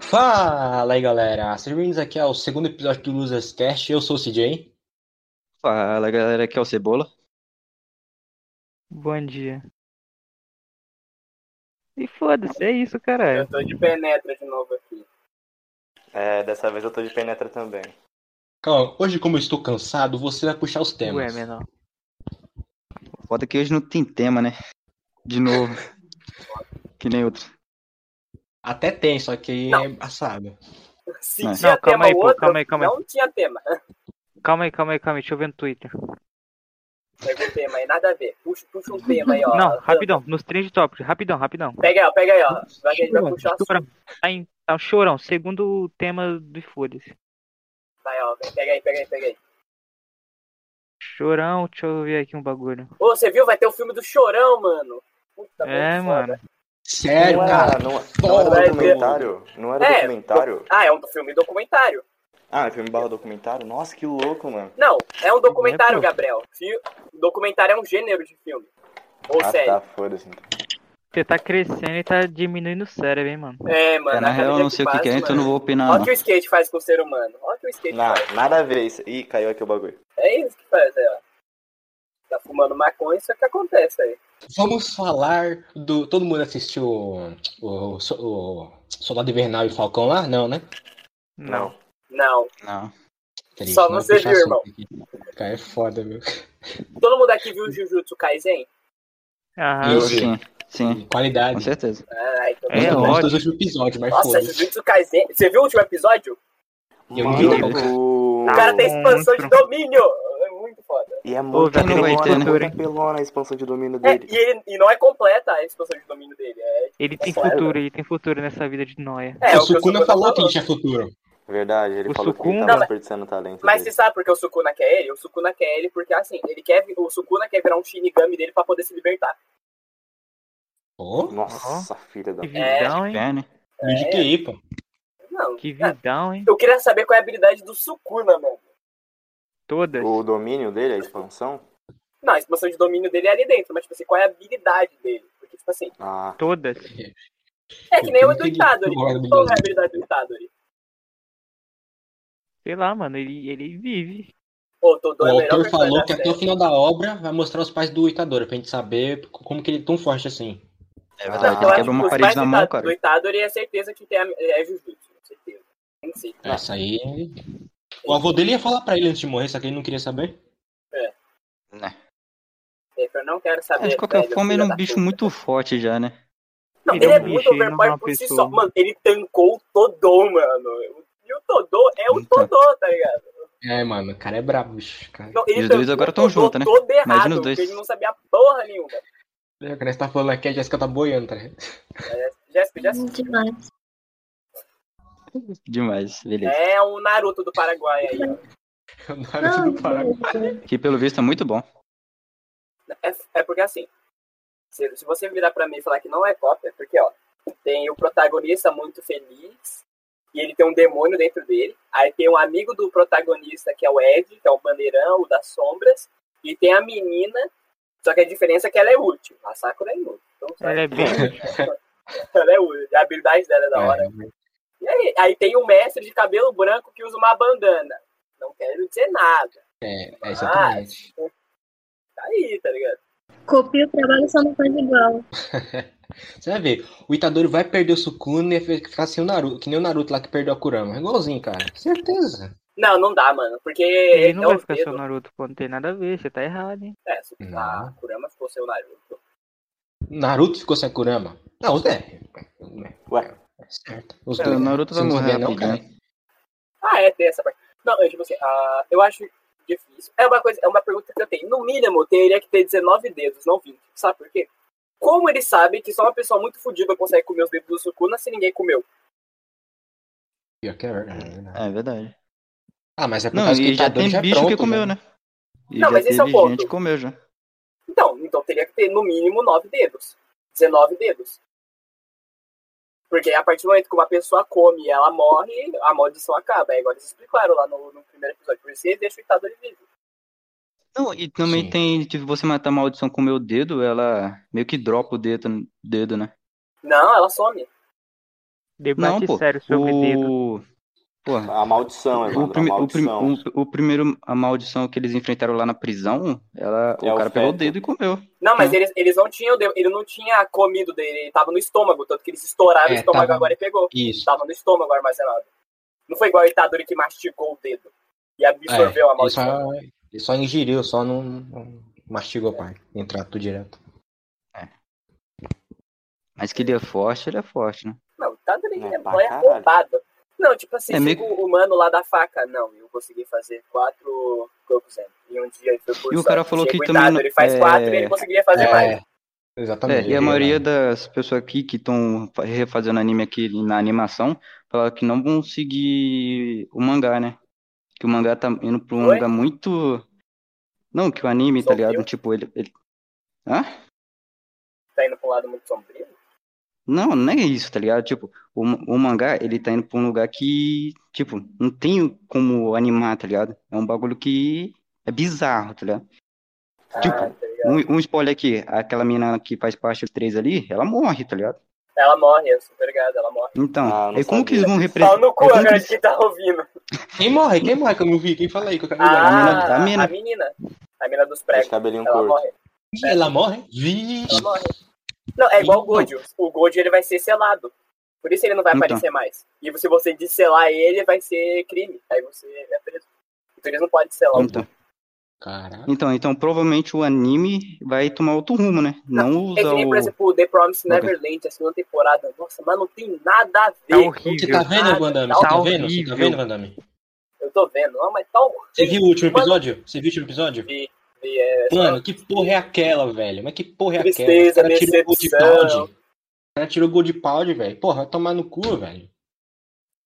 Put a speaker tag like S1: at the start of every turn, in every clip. S1: Fala aí galera, sejam bem-vindos aqui ao segundo episódio do Losers Cast. Eu sou o CJ.
S2: Fala galera, aqui é o Cebola.
S3: Bom dia. E foda-se, é isso, caralho.
S4: Eu tô de penetra de novo aqui.
S5: É, dessa vez eu tô de penetra também.
S1: Calma, hoje como eu estou cansado, você vai puxar os temas.
S3: Ué, menor.
S2: Foda que hoje não tem tema, né? De novo. que nem outro.
S1: Até tem, só que é assado.
S4: Se
S2: Não,
S4: tinha
S3: calma
S4: tema
S3: aí, pô,
S4: outro,
S3: calma aí, calma aí.
S4: não tinha tema.
S3: Calma aí, calma aí, calma aí. Deixa eu ver no Twitter.
S4: Pega um tema aí, nada a ver. Puxa, puxa um tema aí, ó.
S3: Não, rapidão, nos trend topics, rapidão, rapidão.
S4: Pega aí, ó, pega aí, ó. Vai que a gente vai
S3: Chorão,
S4: puxar assunto.
S3: chorão. Tá, em, tá um chorão, segundo tema do Foda-se.
S4: Vai, ó. vem, Pega aí, pega aí, pega aí.
S3: Chorão, deixa eu ver aqui um bagulho.
S4: Ô, você viu? Vai ter o filme do Chorão, mano. Puta
S3: É,
S4: merda,
S3: mano.
S4: foda.
S1: Sério,
S5: não,
S1: cara?
S5: era, não, não
S1: Porra,
S5: era
S4: velho.
S5: documentário? Não era
S4: É,
S5: documentário?
S4: Ah, é um filme documentário.
S5: Ah, é filme barra documentário? Nossa, que louco, mano.
S4: Não, é um documentário,
S3: É, pô.
S4: Gabriel. Fi- Documentário é um gênero de filme. Ou
S5: ah,
S4: série.
S5: tá, foda-se. então.
S3: Você tá crescendo e tá diminuindo o cérebro, hein, mano.
S4: É, mano.
S2: É, na
S4: a cada
S2: real, eu
S4: dia
S2: não sei o que,
S4: passa,
S2: que é, então eu não
S4: mano.
S2: vou opinar.
S4: Olha o
S2: Não.
S4: que o skate faz com o ser humano. Olha o que o skate
S5: Não,
S4: faz.
S5: nada a ver isso. Ih, caiu aqui o bagulho.
S4: É isso que faz, é, ó. Tá fumando maconha, isso é o que acontece aí.
S1: Vamos falar do. Todo mundo assistiu o, o, o Soldado Invernal e Falcão lá? Não, né?
S3: Não.
S4: Não.
S2: Não.
S1: Peraí,
S4: Só
S1: vamos
S4: você
S1: puxar
S4: viu,
S1: assunto aqui. Cara, é foda, meu.
S4: Todo mundo aqui viu o Jujutsu Kaisen?
S3: Aham.
S1: Isso.
S2: Sim, sim.
S1: Qualidade.
S2: Com certeza.
S4: Ah, então...
S3: Ah, É,
S1: Muito bom,
S3: ótimo.
S1: todos os episódios, mas
S4: Nossa,
S1: foda-se.
S4: Jujutsu Kaisen. Você viu o último episódio?
S1: Eu
S5: Mano,
S1: vi, né?
S5: o...
S4: O cara tem expansão
S3: monstro.
S4: de domínio. É muito foda.
S5: E é
S3: Ô,
S5: muito
S3: velho,
S2: não vai ter, né?
S5: apelona, é apelona a expansão de domínio
S4: É,
S5: dele.
S4: e, ele, e não é completa a expansão de domínio dele. É,
S3: Ele tem
S4: Sério?
S3: futuro, ele tem futuro nessa vida de noia.
S4: é,
S1: o
S4: que
S1: Sukuna
S4: Sukuna
S1: falou que a gente é futuro.
S5: Verdade, ele
S3: O
S5: falou que
S3: Sukuna-
S5: ele
S4: Não,
S5: tava
S4: mas-
S5: desperdiçando talento
S4: Mas você
S5: dele.
S4: sabe por que o Sukuna quer ele? O Sukuna quer ele porque, assim, ele quer, vi- o Sukuna quer virar um Shinigami dele pra poder se libertar.
S1: Pô,
S5: Nossa, filha da...
S3: Que vidão,
S4: É.
S6: né?
S3: hein?
S2: Inferno.
S1: vídeo que aí, pô.
S4: Não.
S3: Que
S4: cara,
S3: vidão, hein?
S4: Eu queria saber qual é a habilidade do Sukuna, mano.
S3: Todas.
S5: O domínio dele, a expansão?
S4: Não, a expansão de domínio dele é ali dentro, mas, tipo assim, qual é a habilidade dele? Porque, tipo assim,
S5: Ah,
S3: Todas.
S4: é que nem o
S1: Eu
S4: do
S1: entendi.
S4: Itadori.
S1: Eu gosto do
S4: Qual é a
S1: Itadori.
S4: habilidade do Itadori?
S3: Sei lá, mano, ele, ele vive.
S4: Ô, Todô
S1: O
S4: é o melhor
S1: autor
S4: personagem
S1: falou
S4: da
S1: então que até
S4: série.
S1: o final da obra vai mostrar os pais do Itadori, pra gente saber como que ele é tão forte assim.
S2: É verdade.
S4: eu
S5: Não,
S2: ele
S4: acho
S2: quebra
S4: que
S2: uma
S4: os
S2: parede
S4: pais
S2: na
S4: do
S2: mão,
S4: Ita- Do
S2: cara.
S4: Itadori é certeza que tem a, é Jujutsu, certeza. Tem sim.
S1: Essa aí. O avô dele ia falar pra ele antes de morrer, só que ele não queria saber.
S4: Eu não quero saber.
S2: É, de qualquer
S4: velho,
S2: forma, ele é
S4: filha
S2: um
S4: da
S2: bicho
S4: puta.
S2: muito forte já, né?
S4: Não,
S3: Ele
S4: ele,
S3: é um
S4: é
S3: bicho,
S4: muito
S3: ele não é
S4: overpower
S3: uma
S4: por si
S3: pessoa.
S4: só. Mano, ele tancou o Todô, mano. E o Todô é o
S2: Então.
S4: Todô, tá ligado?
S1: É, mano, o cara é brabo, bicho, cara.
S4: Não, ele
S2: E os dois
S4: tancou
S2: agora
S4: o
S2: tão
S4: Todô
S2: junto, né?
S4: Todo errado,
S2: Imagina os dois.
S4: porque ele não sabia porra nenhuma.
S1: É, Quando você tá falando aqui, a Jéssica tá boiando, tá ligado?
S4: Jéssica, Jéssica.
S7: Demais.
S2: Demais, beleza.
S4: É o Naruto do Paraguai aí, ó.
S1: O Naruto do Paraguai.
S2: Que pelo visto é muito bom.
S4: É, é porque assim, se, se você virar pra mim e falar que não é cópia, porque ó, tem o protagonista muito feliz e ele tem um demônio dentro dele. Aí tem um amigo do protagonista que é o Ed, que é o bandeirão, o das sombras, e tem a menina, só que a diferença é que ela é útil. A Sakura é inútil. Então, sabe?
S3: Ela é bem.
S4: ela é útil, a habilidade dela é da hora. E aí, aí tem o mestre de cabelo branco que usa uma bandana. Não quero dizer nada.
S1: É, é, exatamente.
S4: Tá aí, tá ligado?
S7: Copia o trabalho, só não faz igual.
S1: Você vai ver, o Itadori vai perder o Sukuna e vai ficar sem o Naruto, que nem o Naruto lá que perdeu a Kurama. É igualzinho, cara. Certeza.
S4: Não, não dá, mano. Porque
S3: Ele não
S4: é
S3: vai
S4: os
S3: ficar seu
S4: dedos.
S3: Naruto, pô, não tem nada a ver, você tá errado, hein?
S4: É, se
S1: Não.
S4: a Kurama ficou seu Naruto.
S1: Naruto ficou sem a Kurama. Não, os é.
S5: Ué.
S1: É certo. Os
S2: O Naruto tá vai
S1: Você não
S2: morrer
S1: sabia não, cara?
S2: rapidinho.
S4: Ah, é, tem essa parte. Não, eu, tipo assim, ah, eu acho difícil. É uma coisa, é uma pergunta que eu tenho. No mínimo, teria que ter 19 dedos, não 20. Sabe por quê? Como ele sabe que só uma pessoa muito fodida consegue comer os dedos do Sukuna se ninguém comeu?
S1: Pior que é verdade, é verdade.
S2: É verdade.
S1: Ah, mas é por
S2: Não,
S1: causa que o
S2: e já
S1: Itadori
S2: tem
S1: já é
S2: bicho que
S1: pronto,
S2: comeu,
S1: já.
S2: né? E
S4: Não,
S2: já
S4: mas esse é o
S2: teve
S4: ponto.
S2: gente que comeu já.
S4: Então, então teria que ter no mínimo 9 dedos. 19 dedos. Porque a partir do momento que uma pessoa come e ela morre, a maldição acaba. É igual eles explicaram lá no, no primeiro episódio. Por isso eles deixam o Itadori vivo.
S6: Não, e também
S1: Sim.
S6: tem, tipo, você matar a maldição com o meu dedo, ela meio que dropa o dedo, dedo né?
S4: Não, ela some.
S3: Debate
S6: Não, pô.
S3: sério sobre dedo.
S6: o... Porra,
S5: A maldição,
S6: o,
S5: Evandro, Tá, a
S6: prime- o, prime- um-
S5: maldição.
S6: o- o primeiro, a maldição que eles enfrentaram lá na prisão, ela,
S5: É
S6: o
S5: o
S6: cara pegou o
S5: feto.
S6: dedo e comeu.
S4: Não, mas
S6: Hum.
S4: eles, eles não tinham, de- ele não tinha comido dele, ele tava no estômago, tanto que eles estouraram
S1: É,
S4: o estômago
S6: tá.
S1: tava-
S4: agora e pegou.
S1: Isso.
S4: Tava no estômago armazenado. Não foi igual a ditadura que mastigou o dedo e absorveu
S2: né?
S4: a
S6: É,
S1: Ele
S4: maldição.
S1: só, ele só ingeriu, só não, não mastigou a parte. Entrar tudo direto.
S6: Mas que ele é forte, ele é forte, né?
S4: Não, ditadura é,
S5: É pra
S4: é
S5: caralho.
S4: roubado. Não, tipo assim,
S6: É
S4: se
S6: meio-
S4: o humano lá da faca, não, eu consegui fazer quatro corpos em- em um dia. E, foi por
S6: E o
S4: sorte.
S6: cara falou
S4: Chega
S6: que
S4: o
S6: também
S4: ditador,
S6: não-
S4: Ele faz
S6: é-
S4: quatro e ele conseguiria fazer
S1: É,
S4: mais.
S1: Exatamente.
S6: É, e a maioria
S1: Verdade.
S6: das pessoas aqui que estão refazendo anime aqui na animação, falaram que não vão seguir o mangá, né? Que o mangá tá indo pra um
S4: Oi?
S6: lugar muito. Não, que o anime, tá
S4: Sombrio?
S6: ligado? Tipo, ele. ele- Hã?
S4: Tá indo pra um lado muito sombrio.
S6: Não, não é isso, tá ligado? Tipo, o, ma- o mangá, ele tá indo pra um lugar que, tipo, não tem como animar, tá ligado? É um bagulho que é bizarro, tá ligado? Tipo,
S4: Ah, tá ligado?
S6: Um, um spoiler aqui, aquela menina que faz parte do 3 ali, ela morre, tá ligado?
S4: Ela morre, eu sou tá ligado, ela morre.
S6: Então,
S5: Ah, eu não
S6: aí como que
S5: sabia.
S6: eles vão
S4: Pau
S6: representar?
S4: no cu agora de quem tá ouvindo.
S1: Quem morre? Quem morre que eu não vi? Quem fala aí que eu quero
S4: Ah,
S1: ver?
S6: menina- a
S4: a
S6: menina.
S4: menina. A menina, dos pregos.
S5: Esse Tá cabelinho
S4: Ela
S5: curto.
S4: morre,
S1: Ih, Ela morre? Vixe.
S4: ela morre. Não, é igual o Gojo. O Gojo ele vai ser selado. Por isso ele não vai
S6: Então.
S4: aparecer mais. E se você desselar ele, vai ser crime. Aí você é preso. Então eles não podem selar o
S6: Então,
S1: Caraca.
S6: então, então, provavelmente o anime vai tomar outro rumo, né? Não
S4: É que
S6: usa
S4: nem, por
S6: o.
S4: exemplo, o The Promised
S6: Ok.
S4: Neverland, a segunda temporada. Nossa, mas não tem nada a
S3: Tá
S4: ver.
S1: Você
S3: horrível.
S1: tá vendo, Vandame? Você
S3: Tá
S1: tá vendo? Você tá
S3: horrível.
S1: vendo, Vandame?
S4: Eu tô vendo. Não, mas tá horrível.
S1: Você viu o último episódio? Você viu o último episódio?
S4: É,
S1: Mano, que porra é aquela, velho? Mas que porra é aquela?
S4: Tristeza,
S1: o cara tirou gol de
S4: decepção.
S1: balde. O cara tirou gol de balde, velho. Porra, vai tomar no cu, velho.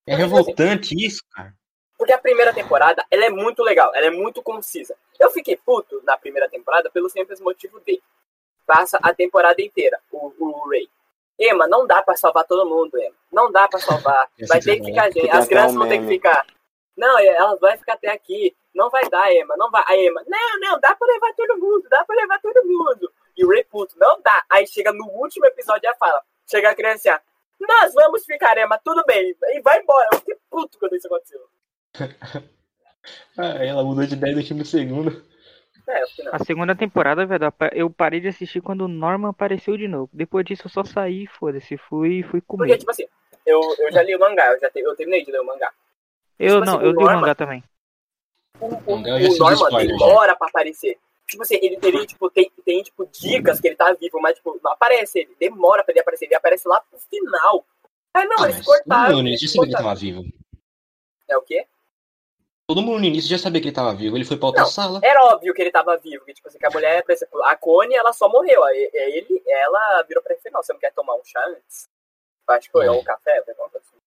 S1: É
S4: Mas,
S1: revoltante isso, cara.
S4: Porque a primeira temporada, ela é muito legal, ela é muito concisa. Eu fiquei puto na primeira temporada pelo simples motivo de passa a temporada inteira, o, o Ray. Ema, não dá pra salvar todo mundo, Ema. Não dá pra salvar.
S1: Esse
S4: Vai ter
S1: jogo,
S4: que ficar gente.
S5: Tem
S4: As
S5: até
S4: crianças
S5: um
S4: vão ter que
S5: meme.
S4: ficar. Não, é, elas vão ficar até aqui. Não vai dar, Ema. Não vai. A Ema, não, não, dá pra levar todo mundo, dá pra levar todo mundo. E o Ray puto, não dá. Aí chega no último episódio e ela fala. Chega a criança e ela, nós vamos ficar, Ema, tudo bem. E vai embora. Eu fiquei puto quando isso aconteceu.
S1: Ah, ela mudou de 10 no último segundo.
S4: É, eu fiquei, não.
S3: A segunda temporada, velho, apa- eu parei de assistir quando o Norman apareceu de novo. Depois disso eu só saí, foda-se, fui, fui
S4: Porque,
S3: comer.
S4: tipo assim, eu, eu já li o mangá, eu já te- eu terminei de ler o mangá.
S3: Eu
S4: tipo
S3: não,
S4: assim,
S3: eu
S4: o
S3: li o
S4: Norman-
S3: mangá também.
S4: O, o,
S1: O mangá eu já
S4: o
S1: sei de
S4: Norman
S1: spoiler,
S4: demora pra aparecer. Tipo assim, ele, ele tipo, tem, tem tipo, dicas que ele tá vivo, mas tipo, não aparece ele, demora pra ele aparecer, ele aparece lá pro final. Aí não,
S1: Ah,
S4: eles
S1: mas
S4: cortaram.
S1: todo mundo no início já sabia que ele
S4: cortaram.
S1: tava vivo.
S4: É o quê?
S1: Todo mundo no início já sabia que ele tava vivo. Ele foi pra outra
S4: Não.
S1: sala.
S4: Era óbvio que ele tava vivo, que tipo assim, que a mulher, por exemplo, a Connie, ela só morreu. Aí ele, ela virou pra ele e falou, "Não, você não quer tomar um chá antes? Eu Acho que foi,
S1: É.
S4: ou um café, alguma coisa assim.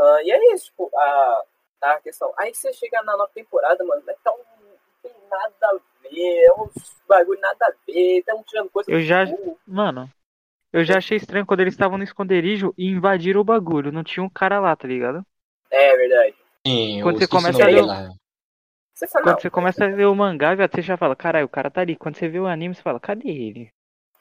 S4: Ah, e é isso, tipo, a, a questão. Aí você chega na nova temporada, mano, mas tá um, não tem nada a ver, é uns bagulho nada a ver, estão tirando coisa
S3: Eu
S4: do
S3: já-
S4: cu.
S3: Mano, eu já achei estranho quando eles estavam no esconderijo e invadiram o bagulho. Não tinha um cara lá, tá ligado?
S4: É verdade.
S1: Sim,
S3: Quando
S1: eu esqueci
S3: você
S1: o
S3: começa
S1: nome
S4: a
S1: dele
S4: ler-
S1: lá.
S4: Você fala,
S3: Quando
S4: não,
S3: você começa a ver o mangá, velho, você já fala, caralho, o cara tá ali. Quando você vê o anime, você fala, cadê ele?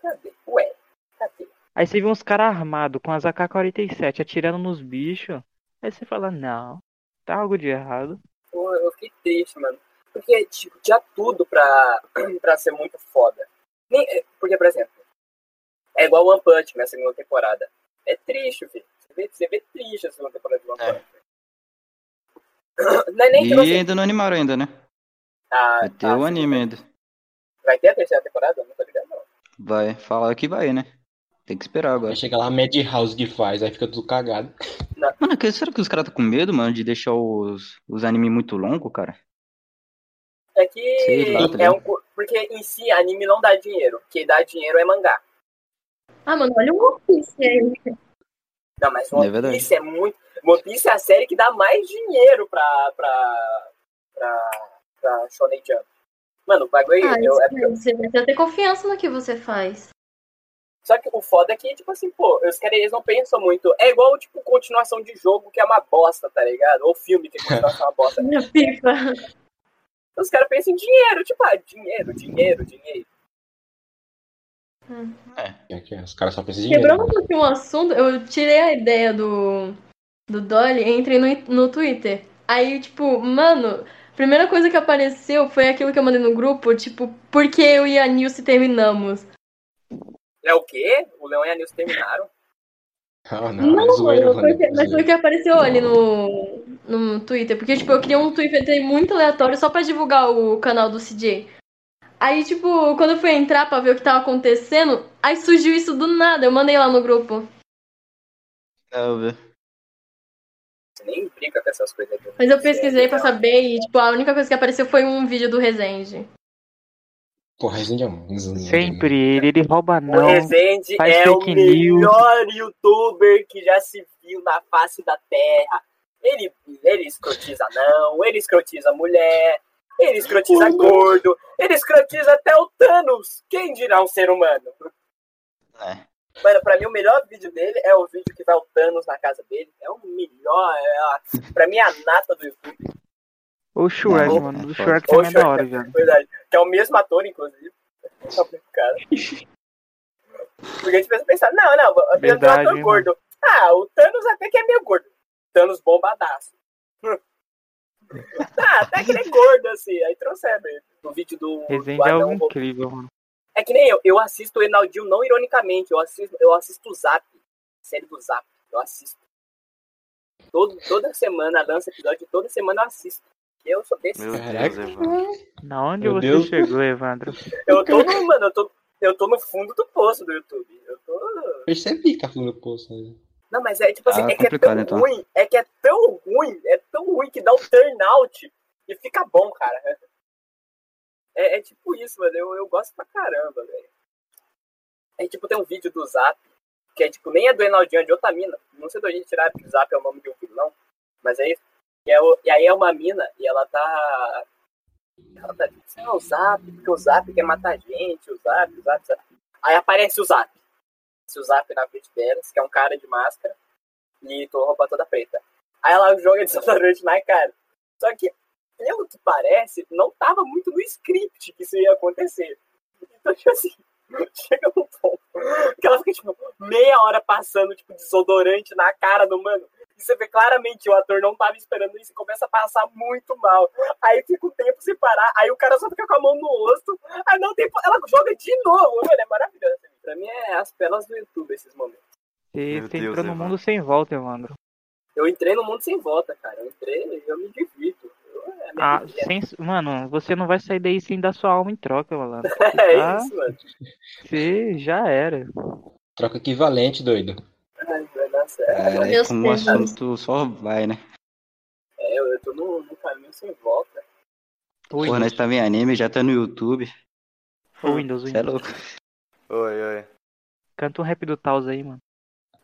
S4: cadê? Ué, cadê?
S3: Aí você vê uns caras armados com as AK-47 atirando nos bichos. Aí você fala, não, tá algo de errado.
S4: Pô, eu fiquei triste, mano. Porque, tipo, tinha tudo pra, pra ser muito foda. Nem- é, porque, por exemplo, é igual One Punch na segunda temporada. É triste, filho. Você vê, você vê triste a segunda temporada de One
S1: É.
S4: Punch. Não é nem que
S6: E
S4: não sei.
S6: ainda não animaram ainda, né?
S4: Ah,
S6: Vai ter
S4: ah,
S6: o
S4: sim.
S6: anime ainda.
S4: Vai ter a terceira temporada? Não tô ligado, não.
S6: Vai falar que vai, né? Tem que esperar agora.
S1: Aí chega lá, Madhouse que faz. Aí fica tudo cagado.
S6: Mano, que- será que os caras estão com medo, mano, de deixar os, os animes muito longos, cara?
S4: É
S6: Sei
S4: que
S6: lá, tá
S4: é
S6: ligado?
S4: um. cu- Porque em si, anime não dá dinheiro. Quem dá dinheiro é mangá.
S7: Ah, mano, olha o One Piece aí.
S4: Não, mas
S6: É
S4: One
S6: verdade.
S4: Piece é muito. One Piece é a série que dá mais dinheiro pra. pra. pra. pra Shonen Jump. Mano, o bagulho.
S7: Ah,
S4: eu- é
S7: isso mesmo, você precisa ter confiança no que você faz.
S4: Só que o foda é que, tipo assim, pô, os caras eles não pensam muito. É igual, tipo, continuação de jogo que é uma bosta, tá ligado? Ou filme que é continuação é uma bosta.
S7: Minha pipa.
S4: Os caras pensam em dinheiro, tipo, ah, dinheiro, dinheiro, dinheiro.
S7: Hum.
S1: É que Os caras só precisam de
S7: Quebrando
S1: dinheiro.
S7: um pouquinho o assunto, eu tirei a ideia do, do Dolly e entrei no, no Twitter. Aí, tipo, mano, a primeira coisa que apareceu foi aquilo que eu mandei no grupo, tipo, por que eu e a Nilce terminamos?
S4: É o quê? O Leão e a Nilce terminaram?
S1: Não, não, é zoeira,
S7: mano,
S1: Rony,
S7: porque-
S1: é
S7: mas foi o
S1: zoeira.
S7: que apareceu ali no, no Twitter. Porque, tipo, eu criei um Twitter muito aleatório só pra divulgar o canal do CJ. Aí, tipo, quando eu fui entrar pra ver o que tava acontecendo, aí surgiu isso do nada. Eu mandei lá no grupo.
S2: Não, velho.
S4: Você nem brinca com essas coisas aqui.
S7: Mas eu pesquisei pra saber e, tipo, a única coisa que apareceu foi um vídeo do Rezende.
S1: Porra, Resende é um. zoeira.
S3: Sempre ele, ele rouba
S4: O
S3: não.
S4: Rezende
S3: faz
S4: é o
S3: fake news.
S4: melhor youtuber que já se viu na face da terra. Ele, ele escrotiza não, ele escrotiza mulher, ele escrotiza gordo, ele escrotiza até o Thanos. Quem dirá um ser humano?
S2: É.
S4: Mano, pra mim o melhor vídeo dele é o vídeo que vai o Thanos na casa dele. É o melhor, é a- pra mim é a nata do YouTube,
S3: O Shrek,
S2: Não,
S3: mano.
S2: é
S3: O
S2: foda.
S3: Shrek também
S4: O
S3: é da
S4: Shrek
S3: hora, velho.
S4: na verdade. Que é o mesmo ator, inclusive. Só pra cara. Porque a gente pensa, pensa, não, não, eu tenho um
S3: Verdade, né?
S4: ator
S3: hein,
S4: gordo. Ah, o Thanos até que é meio gordo. Thanos bombadaço. ah, até que ele é gordo, assim. Aí trouxeram ele. No vídeo do, do
S3: Resende é algo
S4: anão roubando.
S3: incrível, mano.
S4: É que nem eu, eu assisto o Enaldinho não ironicamente, eu assisto, eu assisto o Zap, série do Zap, eu assisto. Todo, toda semana lança episódio, toda semana eu assisto. Eu sou desse.
S5: Meu Deus,
S1: Caraca.
S5: Evandro.
S3: Na onde
S1: Meu
S3: você
S1: Deus.
S3: chegou, Evandro?
S4: Eu tô no, mano, eu tô, eu tô no fundo do poço do YouTube. Eu tô.
S1: Percebi que tá falando poço. né?
S4: Não, mas é tipo assim,
S2: Ah,
S4: é que é
S2: complicado,
S4: tão
S2: então.
S4: ruim, é que é tão ruim, é tão ruim que dá um turnout e fica bom, cara. É, é tipo isso, mano. Eu, eu gosto pra caramba, velho. É tipo, tem um vídeo do Zap, que é tipo, nem é do Enaldinho, é de outra mina. Não sei de onde tirar, porque o Zap é o nome de um vilão, mas é isso. E, é o- e aí é uma mina, e ela tá. Ela tá tipo, ah, o Zap, porque o Zap quer matar gente, o Zap, o Zap, o Zap. Aí aparece o Zap. Aparece o Zap na frente delas, que é um cara de máscara, e com roupa toda preta. Aí ela joga desodorante na cara. Só que, pelo que parece, não tava muito no script que isso ia acontecer. Então, tipo assim, chega um ponto que ela fica, tipo, meia hora passando, tipo, desodorante na cara do mano. E você vê claramente o ator não tava esperando isso e começa a passar muito mal. Aí fica um tempo sem parar, aí o cara só fica com a mão no rosto. Aí não tem. Ela joga de novo, mano. É maravilhoso. Pra mim é as pelas do YouTube esses momentos.
S3: Você,
S5: Meu
S3: você
S5: Deus,
S3: entrou no
S5: Evandro.
S3: mundo sem volta, Evandro.
S4: Eu entrei no mundo sem volta, cara. Eu entrei e eu me divirto. Eu- é a minha
S3: Ah,
S4: vida.
S3: sem, mano, você não vai sair daí sem dar sua alma em troca, malandro.
S4: É
S3: Ah.
S4: isso, mano.
S3: Você já era.
S1: Troca equivalente, doido.
S4: Ai, Tipo, vai dar certo.
S2: É,
S7: Meus
S2: como o
S7: termos.
S2: assunto só vai, né?
S4: É, eu, eu tô num, num caminho sem volta.
S3: O
S2: Porra, nós
S3: Windows,
S2: tá vendo anime, já tá no YouTube.
S3: o Windows, o
S2: Você é
S3: Windows.
S2: louco.
S5: Oi, oi.
S3: Canta um rap do Taus aí, mano.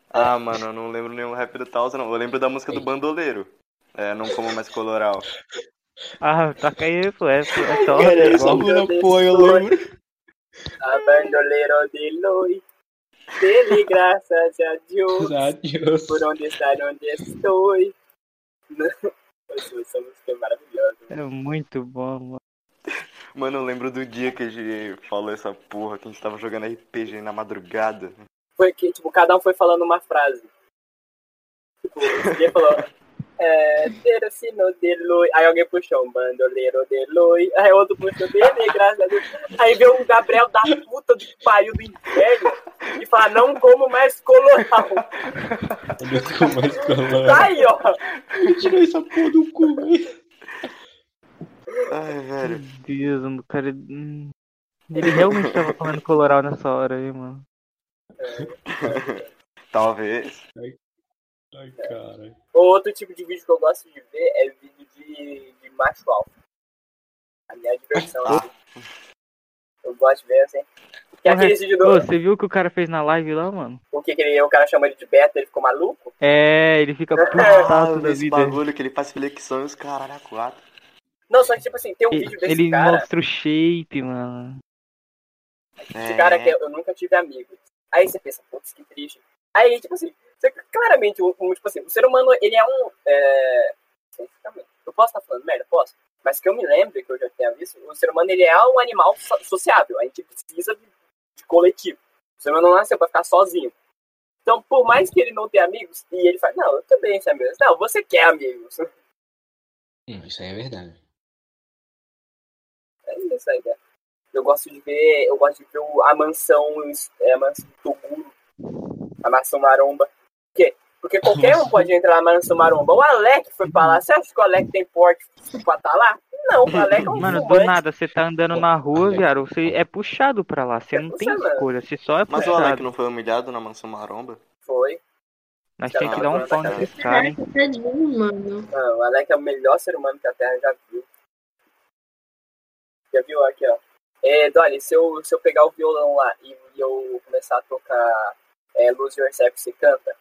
S5: Ah, mano, eu não lembro nenhum rap do Taos, não. Eu lembro da música do Bandoleiro. É, não como mais coloral.
S3: Ah, toca aí, pô. É, é Taus,
S4: Cara,
S3: é
S4: essa
S3: bom.
S4: música- pô, eu lembro. A bandoleiro de luz. Dele, graças a Deus.
S1: Deus.
S4: Por onde estar, onde estou. Nossa, Essa música é maravilhosa.
S3: É muito bom, mano.
S5: Mano, eu lembro do dia que a gente falou essa porra, que a gente tava jogando RPG na madrugada.
S4: Foi que, tipo, cada um foi falando uma frase. Tipo, ninguém falou. É, ter sino de luz. Aí alguém puxou um bandoleiro de luz. Aí outro puxou dele, graças a Deus. Aí veio um Gabriel da puta do pariu do inferno e fala: Não como mais colorau.
S1: Meu cu mais
S3: É.
S4: Tá
S1: colorado.
S4: aí, ó.
S1: Eu tirei essa porra do cu, velho.
S5: Ai, velho.
S3: Meu Deus, mano, cara. hum. Ele realmente tava comendo coloral nessa hora aí, mano.
S5: Talvez.
S1: Ai, cara.
S4: Outro tipo de vídeo que eu gosto de ver é vídeo de, de macho alfa. A minha diversão. assim. Eu gosto de ver assim. Que é aquele vídeo
S3: Ô,
S4: do.
S3: você viu o que o cara fez na live lá, mano?
S4: O que, que ele, o cara chama ele de beta, ele ficou maluco?
S3: É, ele fica
S5: Ah,
S3: putaço da
S5: esse
S3: vida.
S5: bagulho que ele faz flexão e os caralho a quatro.
S4: Não, só que, tipo assim, tem um
S3: Ele,
S4: vídeo desse
S3: ele
S4: cara,
S3: mostra o shape, mano.
S5: É.
S4: esse cara que é eu nunca tive amigo. Aí você pensa, putz, que triste. Aí, tipo assim, você, claramente, um, um, tipo assim, o ser humano, ele é um. É, cientificamente, eu posso estar tá falando merda? Posso. Mas que eu me lembro, que eu já tinha visto, o ser humano ele é um animal so- sociável. A gente precisa de, de coletivo. O ser humano não nasceu pra ficar sozinho. Então, por mais que ele não tenha amigos, e ele fala, não, eu também tenho amigos. Não, você quer amigos.
S1: Hum, Isso aí é verdade.
S4: É isso aí, né? Eu gosto de ver, eu gosto de ver o- a mansão, é, a mansão Toguro, a mansão Maromba. Por quê? Porque qualquer um pode entrar na mansão Maromba. O Alec foi pra lá. Você acha que o Alec tem porte pra estar lá? Não, o Alec é um
S3: Mano, do
S4: fumante.
S3: nada, você tá andando na rua, viado, você é puxado pra lá, você
S4: É
S3: não tem
S4: puxado.
S3: escolha, você só é
S5: Mas o Alec
S3: puxado.
S5: não foi humilhado na mansão maromba?
S4: Foi.
S3: Nós tem que dar um
S4: Caralho,
S3: pau
S4: cara.
S3: nesses caras, hein?
S7: Tadinho, mano.
S4: Não, o Alec é o melhor ser humano que a Terra já viu. Já viu aqui, ó. É, Dolly, se eu, se eu pegar o violão lá e, e eu começar a tocar é, Lose Yourself, você canta?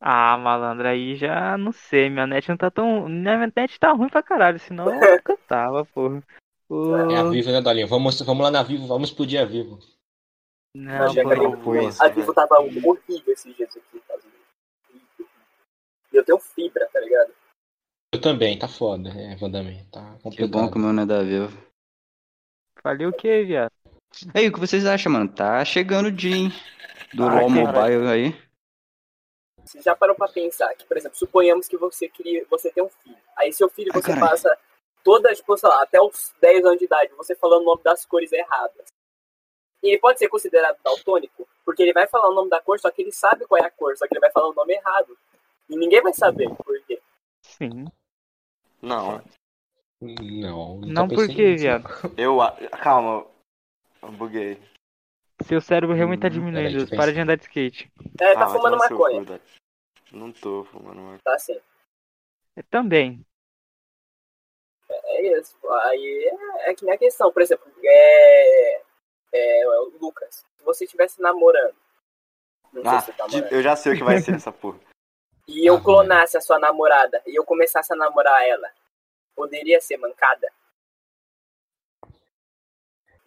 S3: Ah, malandro, aí já não sei, minha net não tá tão. Minha net tá ruim pra caralho, senão eu cantava, porra. Pô,
S1: É a Vivo, né, Dolinha? Vamos, vamos lá na Vivo, vamos explodir a Vivo.
S3: Não,
S4: Já
S3: pô,
S4: acabou.
S5: Nossa,
S4: A Vivo
S5: velho.
S4: tava horrível esses dias aqui. tá horrível. E eu tenho fibra, tá ligado?
S1: Eu também, tá foda. É, Vandame, tá
S2: Que bom
S1: complicado.
S2: que o meu não é da Vivo.
S3: falei o que, viado?
S2: Aí, o que vocês acham, mano? Tá chegando o dia, hein? Do
S3: Ai,
S2: LOL
S3: caralho.
S2: Mobile aí.
S4: Você já parou pra pensar que, por exemplo, suponhamos que você queria, você tem um filho. Aí seu filho
S2: Ah,
S4: você
S2: caralho.
S4: passa toda, tipo, sei lá, até os 10 anos de idade, você falando o nome das cores erradas. E ele pode ser considerado daltônico, porque ele vai falar o nome da cor, só que ele sabe qual é a cor, só que ele vai falar o nome errado. E ninguém vai saber por quê.
S3: Sim.
S5: Não,
S1: Não, nunca
S3: Não
S1: pensei
S3: por quê,
S1: nisso. Ah,
S3: viado?
S5: eu. a- Calma, eu buguei.
S3: Seu cérebro realmente tá
S2: Hum,
S3: diminuindo,
S1: peraí, deixa eu
S3: para de
S1: pensar.
S3: andar de skate.
S4: É, tá
S5: Ah, vai
S4: fumando
S5: tomar seu
S4: maconha.
S5: cu, Dani. Não tô fumando maconha.
S4: Tá assim.
S3: É, Também.
S4: É isso. Aí é, é que nem a questão, por exemplo, é, é, o Lucas, se você estivesse namorando, não sei
S5: Ah,
S4: se você tá
S5: de-
S4: namorando,
S5: eu já sei o que vai ser essa porra.
S4: e eu
S1: Ah,
S4: clonasse a sua namorada e eu começasse a namorar ela, poderia ser mancada? Eu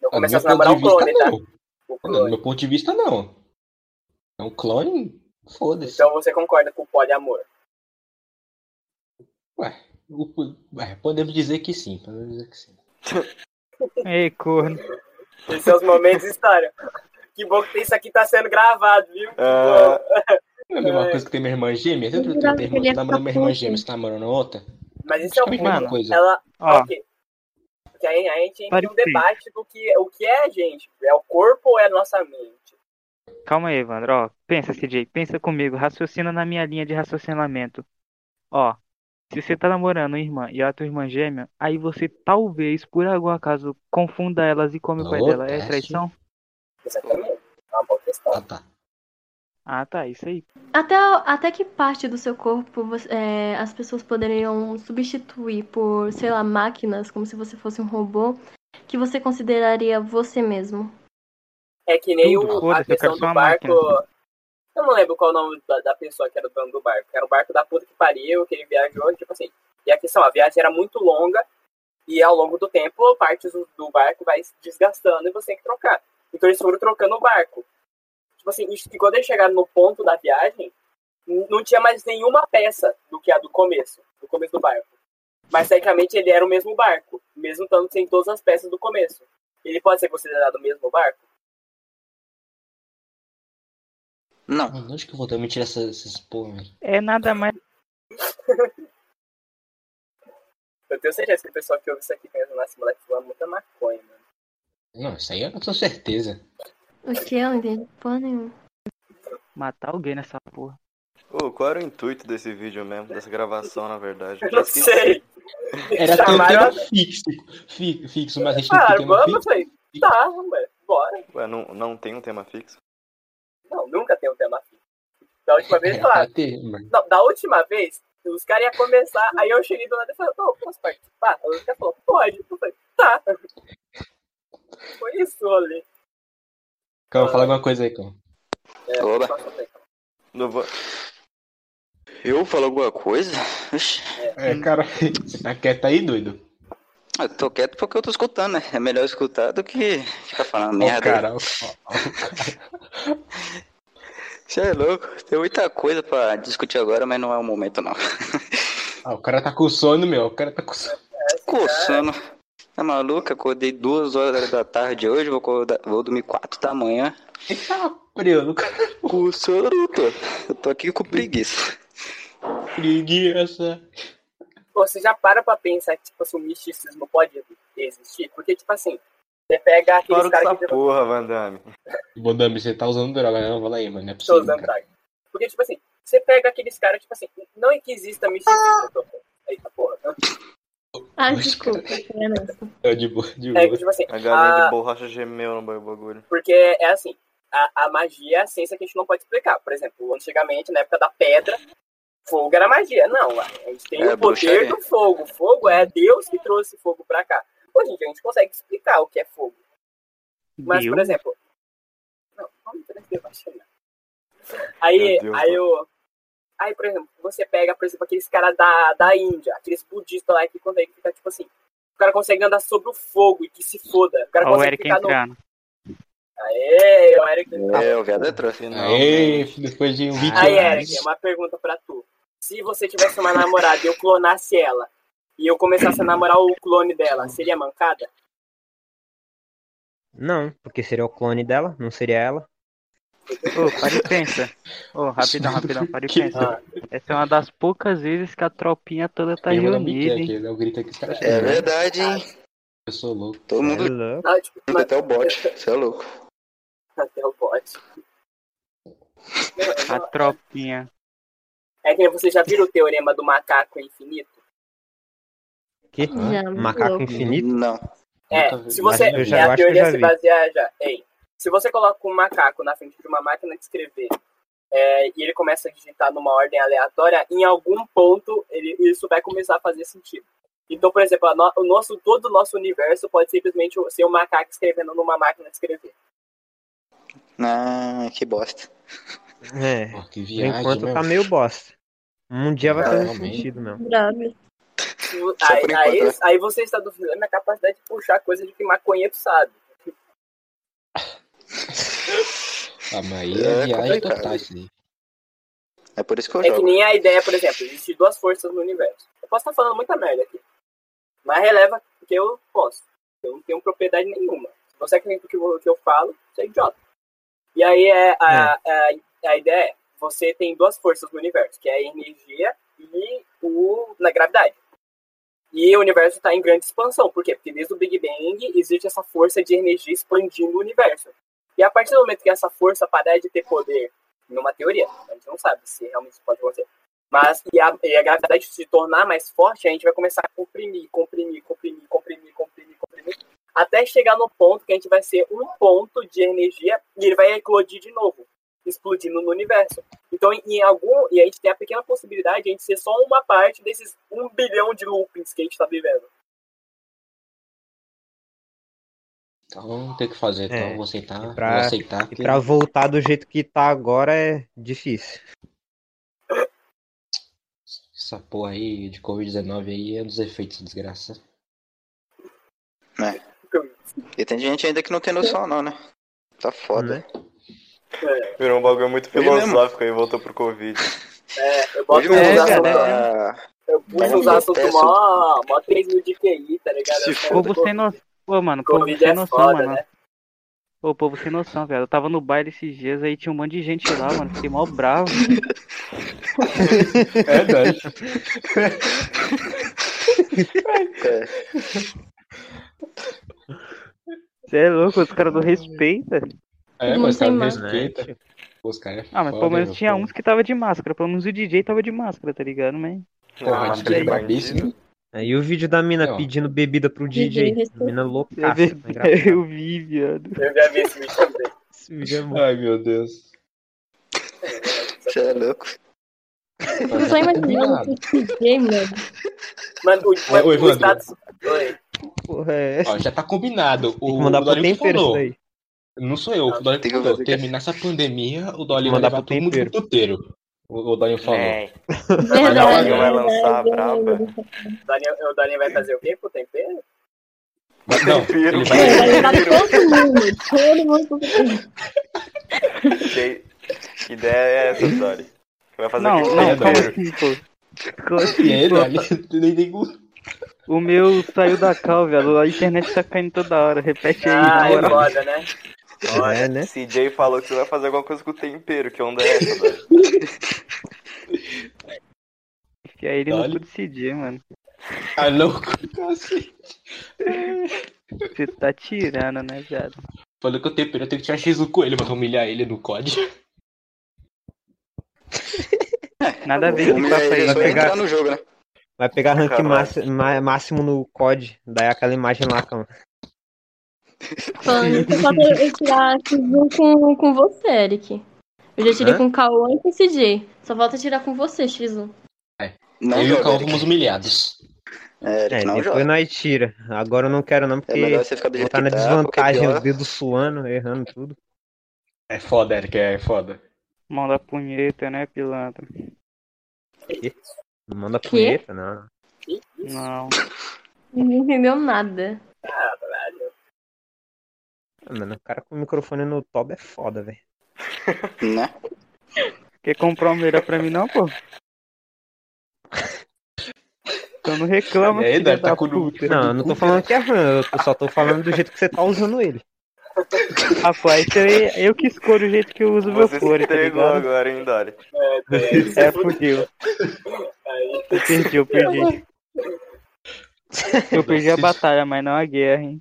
S1: Do meu
S4: começasse a
S1: ponto
S4: namorar o
S1: de vista,
S4: clone, tá?
S1: não.
S4: O
S1: Não, Do
S4: clone.
S1: meu ponto de vista, não. É um clone? Foda-se.
S4: Então você concorda com o poliamor?
S1: Ué, o- ué, podemos dizer que sim. Podemos dizer que sim.
S3: Ei, corno.
S4: Esses são os momentos de história. Que bom que isso aqui tá sendo gravado, viu?
S5: Ah,
S1: Não é a mesma
S4: É.
S1: coisa que tem minha irmã gêmea? Você
S7: Eu
S1: tem
S7: jurava
S1: tem
S7: que ele
S1: irmã,
S7: ia
S1: tu namorando minha
S7: ficar
S1: irmã
S7: puto.
S1: gêmea, você tá namorando outra?
S4: Mas isso é um
S1: Praticamente a
S4: ponto.
S1: mesma coisa.
S4: Ela,
S3: Ó,
S4: Ok. assim, Porque aí a gente entra em um
S3: Pode ser.
S4: debate do que, o que é a gente. É o corpo ou é a nossa mente?
S3: calma aí, Evandro. Ó, pensa, CJ, pensa comigo, raciocina na minha linha de raciocinamento. Ó, se você tá namorando uma irmã e ela é tua irmã gêmea, aí você talvez, por algum acaso, confunda elas e come o pai
S1: Alô,
S3: dela. É
S1: teste?
S3: traição?
S4: Exatamente. É uma boa questão.
S1: Ah, tá.
S3: Ah, tá, isso aí.
S7: Até, até que parte do seu corpo você- é, as pessoas poderiam substituir por, sei lá, máquinas, como se você fosse um robô, que você consideraria você mesmo?
S4: É que nem
S3: Tudo,
S4: o, a
S3: foda-se, eu
S4: questão
S3: quero só
S4: do
S3: uma
S4: barco.
S3: máquina.
S4: Eu não lembro qual o nome da, da pessoa que era o dono do barco. Era o barco da puta que pariu, que ele viajou, tipo assim. E a questão, a viagem era muito longa, e ao longo do tempo, partes do, do barco vai se desgastando e você tem que trocar. Então eles foram trocando o barco. Tipo assim, isso que quando eles chegaram no ponto da viagem, n- não tinha mais nenhuma peça do que a do começo, do começo do barco. Mas tecnicamente ele era o mesmo barco, mesmo estando sem todas as peças do começo. Ele pode ser considerado o mesmo barco?
S2: Não.
S1: Ah, Mano, onde que eu vou também tirar essas, essas porra? velho?
S3: É nada mais.
S4: Eu tenho certeza que o pessoal que ouve isso aqui pensa, nossa, esse moleque fuma muita maconha, né? mano.
S1: Não, isso aí eu não tenho certeza.
S7: O que eu não entendi porra nenhuma.
S3: Matar alguém nessa porra.
S5: ô, qual era o intuito desse vídeo mesmo? Dessa gravação, na verdade?
S4: Eu não sei.
S1: Era ter um
S4: Chamaram,
S1: tema fixo, fi- fixo, mas a gente não tem
S4: falaram,
S1: tema
S4: vamos, eu
S1: fixo.
S4: falei, tá, mano, bora.
S5: Ué, não, não tem um tema fixo?
S4: Não, nunca tem um tema fixo. Da última vez,
S1: Era pra
S4: falaram,
S1: ter, É, tá mano.
S4: não, da última vez, os caras iam começar, aí eu cheguei do lado e falei, não, posso participar? O cara falou, pode. Eu falei, tá. Foi isso, olha.
S1: Calma, fala alguma coisa aí, calma.
S4: É,
S2: Oba.
S5: Não vou-
S2: Eu falo alguma coisa? Ixi,
S1: É, cara, você tá quieto aí, doido?
S2: eu tô quieto porque eu tô escutando, né? É melhor escutar do que ficar falando
S1: Ó, o
S2: merda.
S1: cara, ó, ó,
S2: Você é louco. Tem muita coisa pra discutir agora, mas não é o momento, não.
S1: ó, o cara tá com sono, meu. O cara tá com sono.
S2: coçando. Tá maluco? Acordei duas horas da tarde hoje, vou, acordar- vou dormir quatro da manhã.
S1: Bruno, com
S2: Coçando, eu tô. Eu tô aqui com preguiça.
S1: preguiça.
S4: Pô, você já para pra pensar que, tipo assim, o misticismo pode existir? Porque, tipo assim, você pega aqueles
S5: Claro que
S4: caras
S5: essa
S4: que
S5: porra, Van Damme.
S1: Bodami, você tá usando droga, não? Fala aí, mano. Não é
S4: Tô
S1: possível.
S4: usando
S1: cara.
S4: tag. Porque, tipo assim, você pega aqueles caras, tipo assim, não é que exista misticismo. eu tô- Eita porra. né? não.
S7: Ai,
S1: Mas,
S7: desculpa. é nessa.
S1: É de boa, de
S4: É que,
S1: boa.
S4: tipo assim,
S5: A
S4: a-
S5: galinha de borracha gemeu no bagulho.
S4: porque é assim, a, a magia é a ciência que a gente não pode explicar. Por exemplo, antigamente, na época da pedra, fogo era magia. Não, a gente tem
S2: É,
S4: o poder
S2: bruxaria.
S4: do fogo. Fogo é Deus que trouxe fogo pra cá. Hoje em dia a gente consegue explicar o que é fogo. Mas,
S3: Deu.
S4: por exemplo. Não, vamos entrar nesse debate aí. Aí,
S5: Meu Deus,
S4: aí eu. Aí, por exemplo, você pega, por exemplo, aqueles caras da, da Índia, aqueles budistas lá que conseguem ficar, tipo assim. O cara consegue andar sobre o fogo e que se foda. O cara
S3: Ó, o
S4: consegue
S3: Eric
S4: ficar no.
S3: entrando.
S4: Aê, o Eric.
S2: É, o viado entrou.
S1: Aê, depois de um vídeo.
S4: Aí, Eric, uma pergunta pra tu. Se você tivesse uma namorada e eu clonasse ela, e eu começasse a namorar o clone dela, seria mancada?
S8: Não, porque seria o clone dela, não seria ela.
S3: Ô, para e pensa. Ô, rapidão, rapidão, para e
S1: Que-
S3: pensa. Essa é uma das poucas vezes que a tropinha toda tá
S1: Tem um nome que
S3: reunida,
S1: é
S3: hein?
S1: aquele, é o grito que os caras né?
S2: É
S8: né?
S2: verdade, hein?
S1: Eu sou louco.
S2: Todo
S8: É
S2: mundo
S8: louco.
S4: Ah, tipo,
S2: junto, até o bot. Você é louco.
S4: até o bote.
S3: A tropinha.
S4: É que você já viu o teorema do macaco infinito?
S8: Que?
S7: Já, muito
S8: Macaco
S7: louco.
S8: infinito?
S2: Não.
S1: Nunca
S4: É,
S1: vi. né?
S4: se você.
S8: Mas eu já-
S4: é,
S8: eu
S4: a
S8: acho que eu
S4: teoria
S8: já
S4: se
S8: vi.
S4: baseia já. Ei, se você coloca um macaco na frente de uma máquina de escrever é, e ele começa a digitar numa ordem aleatória, em algum ponto ele, isso vai começar a fazer sentido. Então, por exemplo, a no- o nosso, todo o nosso universo pode simplesmente ser um macaco escrevendo numa máquina de escrever.
S2: Ah, que bosta.
S8: É.
S1: Pô, que
S8: Por
S1: viagem,
S8: enquanto
S1: meu.
S8: tá meio bosta. Um dia vai
S1: Ah,
S8: fazer
S1: realmente.
S8: sentido mesmo.
S7: Bravo.
S2: Só
S4: Aí,
S2: por
S4: aí,
S2: enquanto, né?
S4: aí você está duvidando da minha capacidade de puxar coisa de que maconheiro sabe.
S1: Ah, mas aí
S2: É
S1: é viagem
S2: complicado.
S1: total isso aí.
S2: É por isso que eu
S4: É que
S2: jogo.
S4: nem a ideia, por exemplo, existir duas forças no universo. Eu posso estar falando muita merda aqui. Mas releva que eu posso. Eu não tenho propriedade nenhuma. Se você acredita no que eu, que eu falo, você é idiota. E aí é a, a, a ideia é, você tem duas forças no universo, que é a energia e o, na gravidade. E o universo está em grande expansão. Por quê? Porque desde o Big Bang existe essa força de energia expandindo o universo. E a partir do momento que essa força parar de ter poder, numa teoria, a gente não sabe se realmente isso pode acontecer. Mas e a, e a gravidade se tornar mais forte, a gente vai começar a comprimir, comprimir, comprimir, comprimir, comprimir, comprimir, até chegar no ponto que a gente vai ser um ponto de energia e ele vai eclodir de novo, explodindo no universo. Então, em- em algum, e a gente tem a pequena possibilidade de a gente ser só uma parte desses um bilhão de loopings que a gente está vivendo.
S1: Então tem que fazer, então
S8: É,
S1: vou aceitar.
S8: e pra-
S1: Vou aceitar.
S8: E
S1: Porque...
S8: pra voltar do jeito que tá agora é difícil.
S1: Essa porra aí de Covid-19 aí é um dos efeitos de desgraça.
S2: E tem gente ainda que não tem noção, não, né? Tá foda.
S8: Né?
S5: Virou um bagulho muito
S2: Ele mesmo.
S5: filosófico aí, voltou pro Covid.
S4: É, eu boto
S2: Hoje mesmo
S4: os
S2: os
S8: É,
S4: assuntos-
S2: assuntos
S8: cara,
S2: da-
S4: eu
S2: Mas
S4: puxo os
S2: não
S4: assuntos
S2: acontece.
S4: mó, mó 3 mil de QI, tá ligado?
S2: Se
S4: Eu
S2: for,
S3: Pô,
S4: quero-
S3: você sem noção. Pô, mano, pô,
S4: Covid
S3: você
S4: é
S3: sem noção,
S4: foda,
S3: mano.
S4: né?
S3: Pô, povo sem noção, velho. Eu tava no baile esses dias, aí tinha um monte de gente lá, mano. Fiquei mal bravo.
S1: É verdade.
S2: é,
S3: Você é louco, os caras não respeitam.
S1: É,
S7: Todo mundo
S1: mas os caras
S7: sem
S1: não
S7: máscara.
S8: tá.
S1: respeitam. Pô, Os caras é
S3: Ah, mas
S1: foda,
S3: pelo menos
S1: meu,
S3: tinha
S1: pô.
S3: uns que tava de máscara. Pelo menos o DJ tava de máscara, tá ligado, man?
S1: Porra,
S5: Ah,
S1: de DJ
S5: bandido.
S1: brabíssimo.
S8: É, E o vídeo da mina
S1: Ó.
S8: pedindo bebida pro
S7: DJ
S8: DJ.
S7: respeito.
S8: Mina tá louca.
S1: Ah,
S3: Eu vi,
S1: tá
S3: eu vi, viado.
S4: Eu já vi esse vídeo também.
S8: Esse vídeo é
S3: um.
S8: muito.
S1: Ai, meu Deus.
S2: você é louco.
S7: Eu
S8: é
S7: só imaginando que o DJ, mano.
S4: Mano, o,
S1: Ô, ô,
S4: o
S1: Evandro.
S4: status. Oi.
S8: Porra, é.
S1: Ó, já tá combinado.
S8: Tem
S1: O,
S8: que mandar
S1: o
S8: pro
S1: Dorival
S8: tempero isso
S1: falou.
S8: daí.
S1: Não sou eu, o Dorival
S2: Tem que
S1: falou.
S2: fazer que-
S1: Terminar essa pandemia, o Dorival vai
S8: Mandar
S1: levar
S8: pro
S1: todo mundo pro
S8: tempero.
S1: puteiro. O, o Dorival falou.
S5: É.
S7: Verdade.
S5: Daniel vai lançar a
S7: verdade,
S5: braba.
S4: O Daniel, o Daniel vai fazer o quê com o tempero?
S1: Mas não,
S5: Tempero.
S1: ele vai...
S7: É, vai levar todo mundo. Todo mundo pro
S5: Que que ideia é essa, Dori? Vai fazer
S3: Não,
S5: o que
S3: não,
S1: Não,
S3: calma né?
S5: primeiro?
S3: assim, pô. Como
S1: E
S3: assim,
S1: ele,
S3: pô?
S1: ali, nem tem
S3: O meu saiu da cal, velho. A internet tá caindo toda hora. Repete aí, na
S4: Ah, é
S3: moral.
S4: foda, né?
S5: Olha,
S8: É, né?
S5: CJ falou que você vai fazer alguma coisa com o tempero, que onda é essa, velho?
S3: E aí ele não
S1: Olha.
S3: pôde decidir, mano.
S1: Ah, não. Assim.
S3: Você tá tirando, né, viado?
S1: Falou que eu tempero, eu tenho que tirar X do coelho pra humilhar ele no COD.
S3: Nada a ver com
S6: Homem,
S3: papo
S6: é,
S3: aí.
S6: só
S8: pegar-
S6: entrar no jogo, né?
S8: Vai pegar rank
S5: Caralho.
S8: máxi- ma- máximo no COD. Daí aquela imagem lá, calma.
S7: Falando nisso, só pra eu tirar X1 com, com você, Eric. Eu já tirei
S8: Hã?
S7: com o Cauã e com o CJ. Só falta tirar com você, X1.
S6: Não
S1: eu e o
S6: joga,
S1: Cal
S6: Eric.
S1: fomos humilhados.
S6: É, Eric,
S8: É,
S1: tá
S6: não
S8: depois
S6: joga.
S8: nós tira. Agora eu não quero não,
S6: É
S8: porque
S6: melhor você ficar do
S8: vou
S6: jeito
S8: tá
S6: que
S8: na
S2: é
S6: tá,
S8: desvantagem,
S6: porque
S8: os dedos suando, errando tudo.
S1: É foda, Eric, é foda.
S3: Mão da punheta, né, pilantra?
S8: Não manda
S7: Quê?
S8: punheta, não.
S4: Que isso,
S3: Não.
S7: Não entendeu nada.
S4: caralho.
S8: Ah, Mano, o cara com o microfone no top é foda, velho.
S6: pior, né?
S3: Quer comprar o melhor pra mim, não, pô? Então não reclama,
S1: E aí,
S3: filha
S1: deve
S3: da
S1: tá com o
S3: puta.
S8: Não, eu não tô falando que é ruim, eu só tô falando do jeito que você tá usando ele.
S3: Rapaz, isso aí é eu que escolho o jeito que eu uso meu
S5: Você se
S3: fone, tá
S5: entregou
S3: ligado?
S5: agora, hein, Dori?
S3: É, fudeu.
S4: Aí,
S3: Eu perdi, eu perdi. Eu perdi a batalha, mas não a guerra, hein?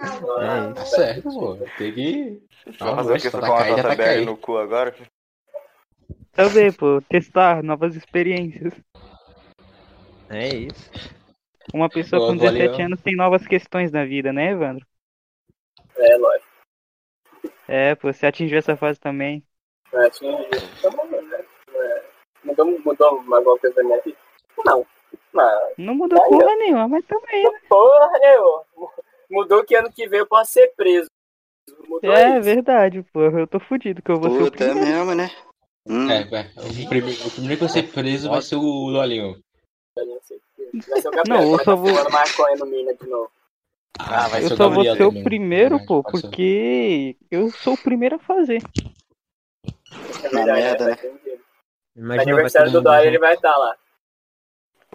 S8: É
S1: Tá certo, pô. Tem que.
S5: Vai
S1: Ah,
S5: fazer o
S1: mas
S5: que?
S1: tá
S5: Você com uma
S1: caído, tá
S5: JBR
S1: caído.
S5: no cu agora?
S3: Também, Tá pô, testar novas experiências.
S8: isso. É isso.
S3: Uma pessoa
S1: Boa,
S3: com 17
S1: valeu.
S3: anos tem novas questões na vida, né, Evandro?
S4: é, lógico.
S3: É, pô, você atingiu essa fase também.
S4: Eu acho que tá bom, né? É, Mudou, mudou alguma coisa na minha vida? Não. Não.
S3: Não mudou porra nenhuma, mas também, né?
S4: Porra, eu. Mudou que ano que vem eu posso ser preso. Mudou
S3: É
S4: isso.
S3: verdade, pô. Eu tô fudido que eu vou ser o
S6: Puta
S3: primeiro.
S6: mesmo, né? Hum,
S1: É, vai. O primeiro, o primeiro que vai ser preso vai ser o Lolinho.
S4: Eu não sei. Vai ser o Gabriel.
S3: Não, eu
S4: agora
S3: só
S4: tá
S3: vou-
S4: fumando maconha no Mina de novo.
S1: Ah, vai
S3: eu
S1: ser o
S3: só vou
S1: Gabriel
S3: ser o
S1: também.
S3: primeiro,
S1: Vai,
S3: pô,
S1: pode ser.
S3: porque eu sou o primeiro a fazer.
S4: É verdade,
S6: merda,
S4: né?
S6: né?
S8: Imagina, vai um
S4: Aniversário
S8: todo
S4: do
S8: mundo
S4: Dói,
S8: junto.
S4: ele vai estar lá.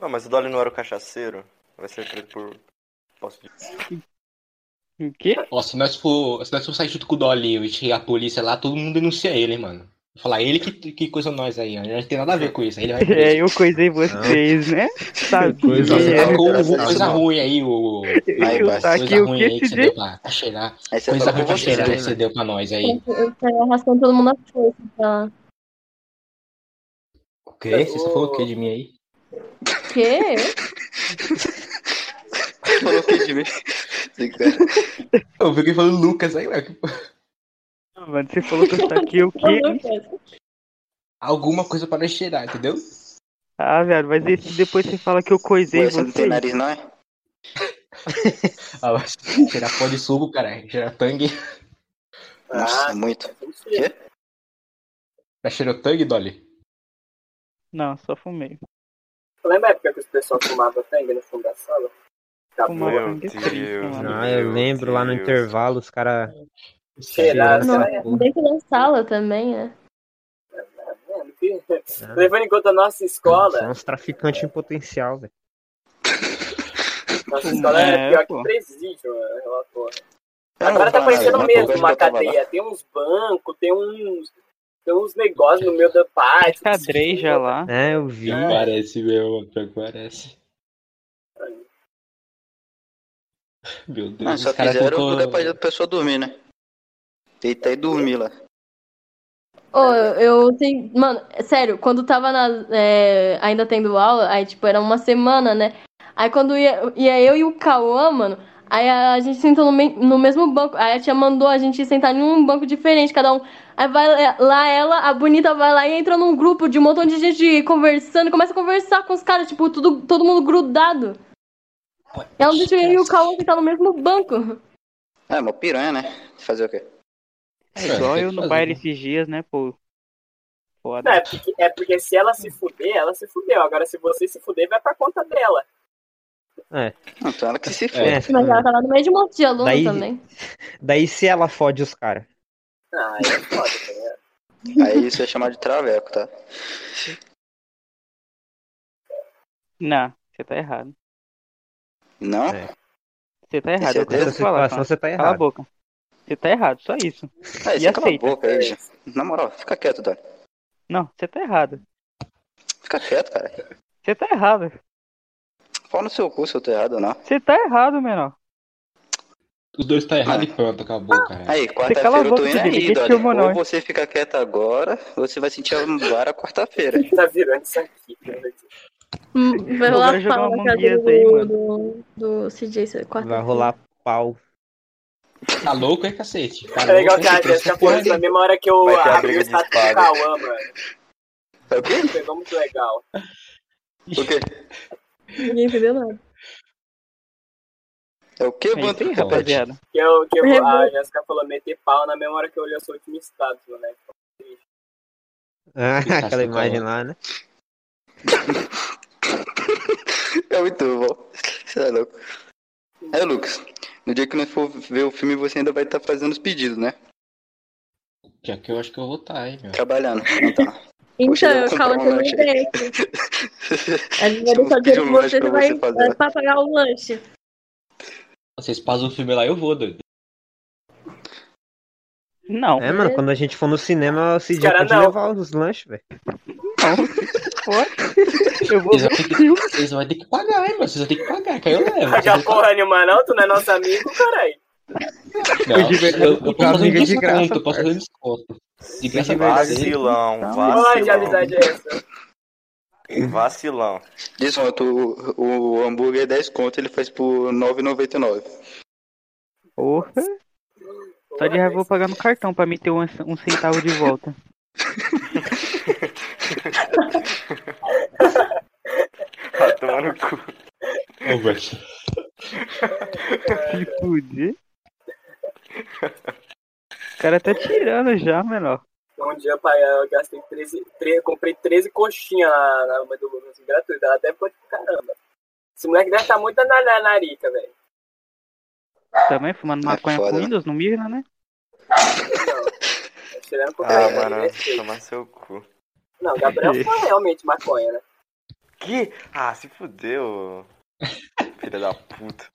S5: Não, mas o Dolly não era o cachaceiro? Vai ser preso por... Posso dizer?
S3: O quê?
S1: Ó, se nós for, se nós for sair junto com o Dolinho e chegar a polícia lá, todo mundo denuncia ele, hein, mano. Falar ele que, que coisa nós aí, ó. Não tem nada a ver com isso. Ele vai
S3: É,
S1: preso.
S3: eu coisei vocês, né? Sabe?
S8: Coisa
S1: Você
S8: é,
S1: tá com
S6: cara,
S1: coisa
S6: isso não.
S1: ruim aí, o.
S6: Aí,
S3: eu
S6: vai.
S3: tá aqui
S1: coisa
S3: o
S1: ruim aí
S3: que
S1: que você
S3: se diz?
S1: deu pra, pra cheirar.
S6: aí você
S1: Coisa
S6: fala com
S1: ruim pra
S6: você,
S1: cheirar
S6: né?
S1: que você deu pra nós aí.
S7: Eu tô arrastando todo mundo na força pra lá.
S1: O quê? Você falou o quê de mim aí?
S7: Quê?
S6: Falou que de mim. Esse cara-
S1: Eu fiquei falando Lucas aí, velho.
S3: Mano, você falou que eu saquei o quê?
S1: Alguma coisa pra nós cheirar, entendeu?
S3: Ah, velho, mas esse depois você fala que eu coisei
S6: Ué, você não tem
S3: vocês.
S6: nariz, não é?
S1: Ah, mas cheirar pó de suco, caralho. Cheirar tangue.
S6: Nossa,
S4: Ah,
S6: muito.
S4: mentira.
S1: Já Tá cheirou tangue, Dolly?
S3: Não, só fumei.
S4: Lembra a época que os pessoal fumava tangue no fundo da sala? Ficava
S3: Fumava.
S4: muito
S5: Meu
S3: sangue
S5: Deus.
S3: triste, mano.
S8: Ah, eu
S5: meu
S8: lembro lá no
S5: Deus.
S8: intervalo, os caras
S4: cheirado.
S7: Não, é
S4: sabe?
S7: dentro da sala também, né?
S4: Mano, que-
S8: É.
S4: Levando em conta a nossa
S8: São
S4: escola,
S8: uns traficantes em potencial, velho.
S4: nossa escola
S3: É,
S4: era pior
S3: pô.
S4: que presídio, mano, aquela porra.
S6: Eu É, não
S4: Agora tá
S6: vou falar nada,
S4: parecendo
S6: mas
S4: mesmo
S6: quando
S4: uma
S6: eu tava lá-
S4: cadeia. Tem uns bancos, tem uns. Tem uns negócios no meio da
S3: É
S4: parte.
S3: Cadreja já lá.
S8: É, eu vi.
S4: É.
S1: Parece mesmo, mano. pior que Parece. Meu Deus,
S6: Não,
S1: os
S6: só
S1: caras
S6: fizeram
S1: colocou-
S6: lugar pra pessoa dormir, né? Deitar e dormir lá.
S7: Ô, eu tenho. Mano, é sério, quando tava na, é, ainda tendo aula, aí, tipo, era uma semana, né? Aí quando ia, ia eu e o Cauã, mano, aí a gente sentou no, me- no mesmo banco. Aí a tia mandou a gente sentar em um banco diferente, cada um. Aí vai lá ela, a bonita vai lá e entra num grupo de um montão de gente conversando, e começa a conversar com os caras, tipo, tudo, todo mundo grudado. Ela não deixa eu e o Cauã É um que tá no mesmo banco.
S6: Ah, uma piranha, né? Fazer o quê?
S3: É igual
S1: tem
S3: eu
S1: que
S3: no
S1: fazer,
S3: baile
S1: né?
S3: esses dias, né, pô?
S4: Não,
S3: Foda.
S4: é, porque, é porque se ela se fuder, ela se fudeu. Agora, se você se fuder, vai pra conta dela.
S6: Não, então ela que se foi.
S1: É,
S8: É,
S7: Mas ela tava no meio de um monte de aluno
S8: Daí-
S7: também.
S8: Daí se ela fode os caras.
S4: Ah, é foda, tá ligado?
S6: Aí isso é chamado de traveco, tá?
S3: Não, você tá errado.
S6: Não?
S8: É.
S3: Você tá errado, eu
S6: Certeza?
S3: acabei
S8: Nessa
S3: de falar.
S8: situação
S3: Cara.
S8: você tá
S3: Cala a
S8: errado.
S3: boca. Você tá errado, só isso.
S6: Aí,
S3: E
S6: você cala a
S3: aceita.
S6: boca aí, já. Na moral, fica quieto, Dani.
S3: Não, você tá errado.
S6: Fica quieto, cara.
S3: Você tá errado.
S6: Fala no seu cu se eu tô errado ou não.
S3: Você tá errado, menor.
S1: Os dois tá errado e pronto, acabou, cara.
S6: Aí,
S3: cala a
S6: quarta-feira eu tô
S3: boca,
S6: indo
S3: Felipe,
S6: aí,
S3: ninguém te
S6: Dani.
S3: chamou, não,
S6: Ou
S3: hein?
S6: você fica quieto agora, ou você vai sentir a vara quarta-feira.
S4: Tá virando isso aqui. né? cara.
S7: Hum,
S3: Vou
S7: Vai rolar
S3: agora jogar
S7: pau
S3: uma
S7: na casa
S3: manguinha
S7: do,
S3: aí, mano.
S7: do, do CJ quarta
S8: Vai rolar pau.
S1: Tá louco, é cacete? Tá
S4: É legal que a
S1: louco, hein?
S4: Jéssica falou isso na mesma hora que eu
S5: Vai ter
S4: abri
S5: a
S4: o
S5: briga de
S4: status do
S5: espada.
S4: Cauã, mano.
S6: É o quê?
S4: Pegou muito legal.
S6: O quê?
S7: Ninguém entendeu nada.
S6: É o quê,
S3: É isso aí,
S6: Bantu?
S3: rapaziada.
S4: Que eu, que eu-
S7: Rebo-
S4: a Jéssica falou meter pau na mesma hora que eu olhei o seu último status, né?
S8: Ah,
S1: Fica
S8: aquela
S1: assim,
S8: imagem lá, né?
S6: É muito bom. Você é louco. É, Lucas. No dia que nós for ver o filme, você ainda vai estar fazendo os pedidos, né?
S1: Já que eu acho que eu vou tá, hein, meu.
S6: Trabalhando. Não tá. Poxa, eu
S7: Então,
S6: vou comprar
S7: calma,
S6: um
S7: você não
S6: lanche.
S7: tem. A gente
S6: Temos
S7: vai deixar o
S6: que pedir
S7: dinheiro
S6: um
S7: com
S6: lanche
S7: você,
S6: pra
S7: você
S6: você
S7: vai
S6: fazer.
S7: vai pra pagar o lanche.
S1: Vocês passam o filme lá, eu vou, doido.
S3: Não,
S8: É, mano, quando a gente for no cinema, o CJ
S4: Cara,
S8: pode
S4: não.
S8: levar os lanches, velho.
S3: eu vou
S1: Vocês vão, ter que, vocês vão ter que pagar, hein, mano. Vocês vão ter que pagar, que aí eu levo. Vocês
S4: Pagar
S1: vão-
S4: porra nenhuma não, tu não é nosso amigo, caralho.
S1: Não,
S8: de verdade,
S1: eu, eu
S8: fica
S1: posso fazer um
S8: amiga de graça,
S1: desconto, eu posso fazer um desconto. De tá graça pra vocês.
S5: Vacilão,
S4: Olha de
S5: vacilão.
S4: amizade é essa.
S5: Vacilão.
S6: Desconto. um O, o hambúrguer é 10 conto, ele faz por 9,99.
S3: Porra, só Tá de raiva eu vou pagar no cartão pra me ter um, um centavo de volta.
S5: Ah, toma no cu.
S1: Ô, Bert,
S3: Se fuder. O cara tá tirando já, menor.
S4: Um dia pai, eu gastei 13, tre- comprei 13 coxinhas na, na mãe do Lucas, assim, gratuita. Ela até ficou tipo, caramba. Esse moleque deve estar muito na, na narica, velho.
S3: Também fumando
S6: É
S3: maconha
S6: foda,
S3: com
S6: né?
S3: Windows, não mira, né?
S4: Tá Tirando
S5: Ah,
S4: cocaína,
S5: mano,
S4: né? Feio.
S5: tomar seu cu.
S4: Não, o Gabriel foi realmente maconha, né?
S5: Que? Ah, se fudeu. Filha da puta.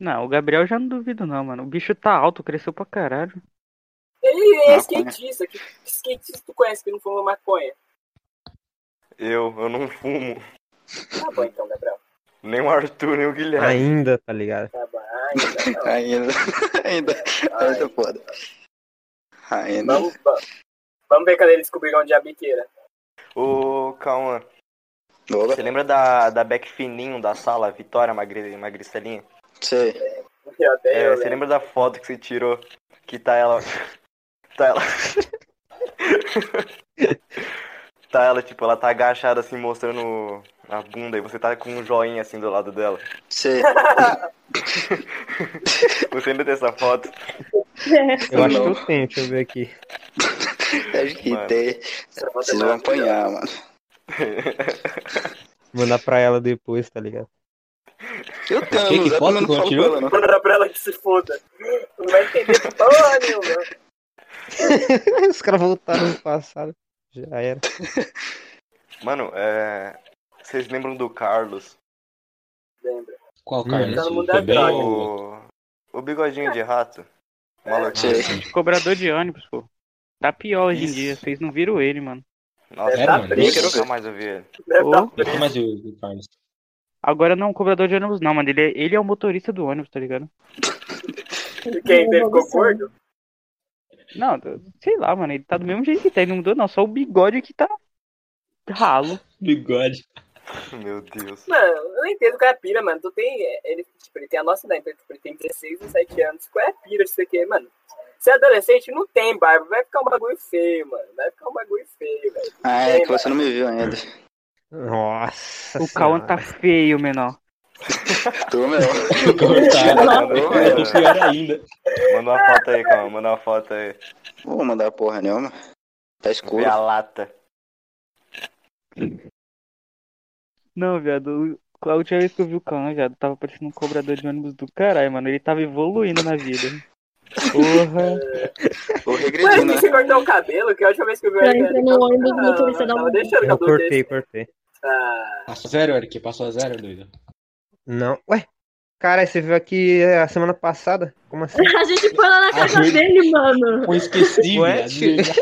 S3: Não, o Gabriel já não duvido não, mano. O bicho tá alto, cresceu pra caralho.
S4: Ele é
S6: Maconha.
S4: skatista. Que que skatista tu conhece que não fuma maconha?
S5: Eu, eu não fumo.
S4: Tá bom então, Gabriel.
S5: Nem o Arthur, nem o Guilherme.
S8: Ainda, tá ligado?
S4: Tá bom. Ai, então, não.
S6: Ainda. Ainda. Ainda é foda. Ainda.
S4: Vamos, vamos, vamos ver cadê ele descobrir onde é a biqueira.
S5: Ô, Cauã,
S6: Oba.
S5: você lembra da, da Beck Fininho da sala, Vitória Magri, Magricelinha?
S6: Sei.
S4: Eu até
S5: É,
S4: eu,
S5: você
S4: né?
S5: lembra da foto que você tirou? Que tá ela. Tá ela. tá ela, tipo, ela tá agachada assim, mostrando a bunda e você tá com um joinha assim do lado dela.
S6: Sei.
S5: Você ainda tem essa foto?
S7: É.
S8: Eu acho que
S6: Não.
S8: eu tenho, deixa eu ver aqui.
S6: Acho que
S5: Mano.
S6: é tem.
S4: Essa foto é
S6: Vocês vão
S4: maravilhosa.
S6: apanhar, mano.
S8: Mandar pra ela depois, tá ligado? É
S6: Eu tenho,
S1: Que- que
S6: ela no zap,
S1: foto que
S6: mas eu não falo com
S1: tirou?
S6: ela, não.
S4: Manda pra ela que se foda. Não vai entender porra nenhuma.
S8: Os caras voltaram no passado. Já era.
S5: Mano, é. Vocês lembram do Carlos?
S4: Lembra?
S1: qual,
S4: Tá
S1: Carlos?
S4: no
S1: Hum,
S4: mundo da
S1: Foi bem...
S4: droga.
S1: o-
S5: O. O bigodinho de rato? Maluco.
S6: Sei.
S1: assim.
S3: Cobrador de ônibus, pô. Tá pior hoje em
S5: Isso.
S3: dia, vocês não viram ele, mano.
S5: Nossa,
S1: É,
S5: tá
S1: mano,
S5: preso,
S6: isso-
S5: nunca mais ouvi ele.
S4: Deve
S3: Ô.
S4: tá
S1: Eu sou mais o o Carlos.
S3: Agora não é um cobrador de ônibus não, mano. Ele é, ele é o motorista do ônibus, tá ligado?
S4: E Quem teve ficou gordo?
S3: Não, eu- sei lá, mano. Ele tá do mesmo jeito que tá. Ele não mudou não, só o bigode que tá ralo.
S1: Bigode.
S5: Meu Deus.
S4: Mano, eu não entendo qual é a pira, mano. Tu tem. Ele, tipo, ele tem a nossa idade, então tipo, ele tem 16, 17 anos. Qual é a pira disso aqui, mano? Se é adolescente, não tem barba. Vai ficar um bagulho feio, mano. Vai ficar um bagulho feio, velho.
S6: Ah, é que você não me viu ainda.
S8: Nossa.
S3: O Cauã tá
S8: senhora.
S3: feio, menor.
S6: Tô, é meu.
S1: O Carlos tá.
S5: Manda,
S1: Eu tô pior ainda.
S5: manda uma foto aí, calma, manda uma foto aí.
S6: Vou mandar porra nenhuma. Tá escuro.
S5: Vê a lata.
S3: Não, viado. o- A última vez que eu vi o Cauã, viado, tava parecendo um cobrador de ônibus do caralho, mano. Ele tava evoluindo na vida. Porra.
S6: Vou
S4: Mano,
S6: regredir, né?
S4: você cortou o cabelo, que a última vez que eu vi
S7: Pra
S4: ele.
S7: entrar no ônibus,
S4: Ah,
S7: motorista da
S4: tava
S7: Uber.
S4: deixando o
S8: Eu
S4: cabelo dele.
S8: cortei, cortei.
S4: Ah,
S1: Passou zero, Eric. Passou zero, doido.
S8: Não. Ué? Cara, você veio aqui é, a semana passada? Como assim?
S7: A gente foi lá na casa
S1: Ajuda.
S7: dele, mano.
S1: O esquecível.
S8: Ué,
S1: a
S8: tio?
S1: verdade.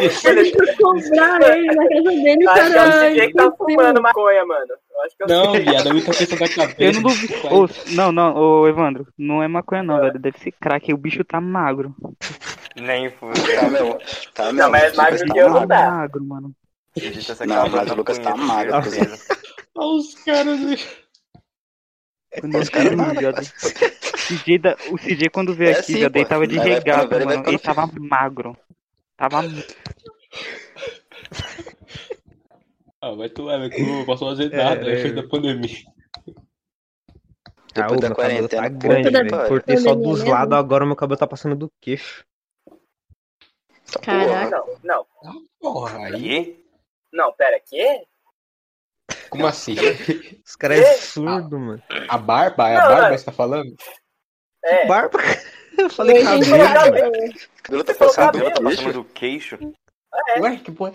S7: A gente foi comprar ele na casa
S4: acho que
S7: dele,
S4: é o
S7: cara.
S4: CJ que tá fumando maconha, mano. Eu acho que é o
S1: Não,
S4: CJ.
S1: viado, é muita questão da cabeça.
S3: Eu não duvido. Ô, não, não, ô Evandro, não é maconha não, velho. Deve ser crack, o bicho tá magro.
S5: Nem fui.
S6: Tá mesmo. Tá mesmo.
S4: Não, mas
S6: Lucas
S4: magro
S6: tá
S4: que eu
S6: magro.
S4: não dá.
S3: é Magro, mano.
S5: Edita essa
S6: Não,
S5: calma
S6: mas
S5: na
S6: o Lucas tá
S5: punheta,
S6: magro,
S5: meu Deus.
S1: Olha os caras. né? É,
S3: Quando os caras
S6: Não,
S3: já-
S6: mas-
S3: CJ da- o CJ quando veio
S6: É
S3: aqui
S6: assim,
S3: já
S6: pô.
S3: deitava de
S6: Vai pra
S3: regata,
S1: é
S6: novela, vai
S3: mano.
S6: pra
S3: Ele tava magro.
S1: Tá
S3: Tava
S1: Ah, vai tu lá, meu, que eu não posso fazer
S8: É,
S1: nada. É,
S8: é.
S1: efeito da pandemia.
S6: Depois
S8: o
S6: da
S8: meu cabelo tá
S6: quarentena,
S8: grande,
S6: puta
S7: da
S8: velho.
S6: pariu.
S8: Cortei só
S7: Pandemia
S8: dos
S7: mesmo.
S8: lados, agora meu cabelo tá passando do queixo.
S6: Tá, porra.
S7: Caraca.
S4: Não, não,
S1: Porra, aí.
S5: E?
S4: não, pera, que?
S1: Como assim?
S8: Os caras é surdo, mano.
S1: A barba? É a
S4: Não,
S1: barba
S4: velho.
S1: que você tá falando?
S4: É,
S8: Barba. Eu
S7: Eu
S8: falei
S7: entendi
S8: cabelo.
S4: cabelo.
S8: mano.
S7: nada.
S6: O cabelo tá
S4: Você falou
S6: passando
S5: Cabelo tá
S6: do
S5: passando
S6: queixo?
S5: do queixo?
S6: É.
S1: Ué, que porra.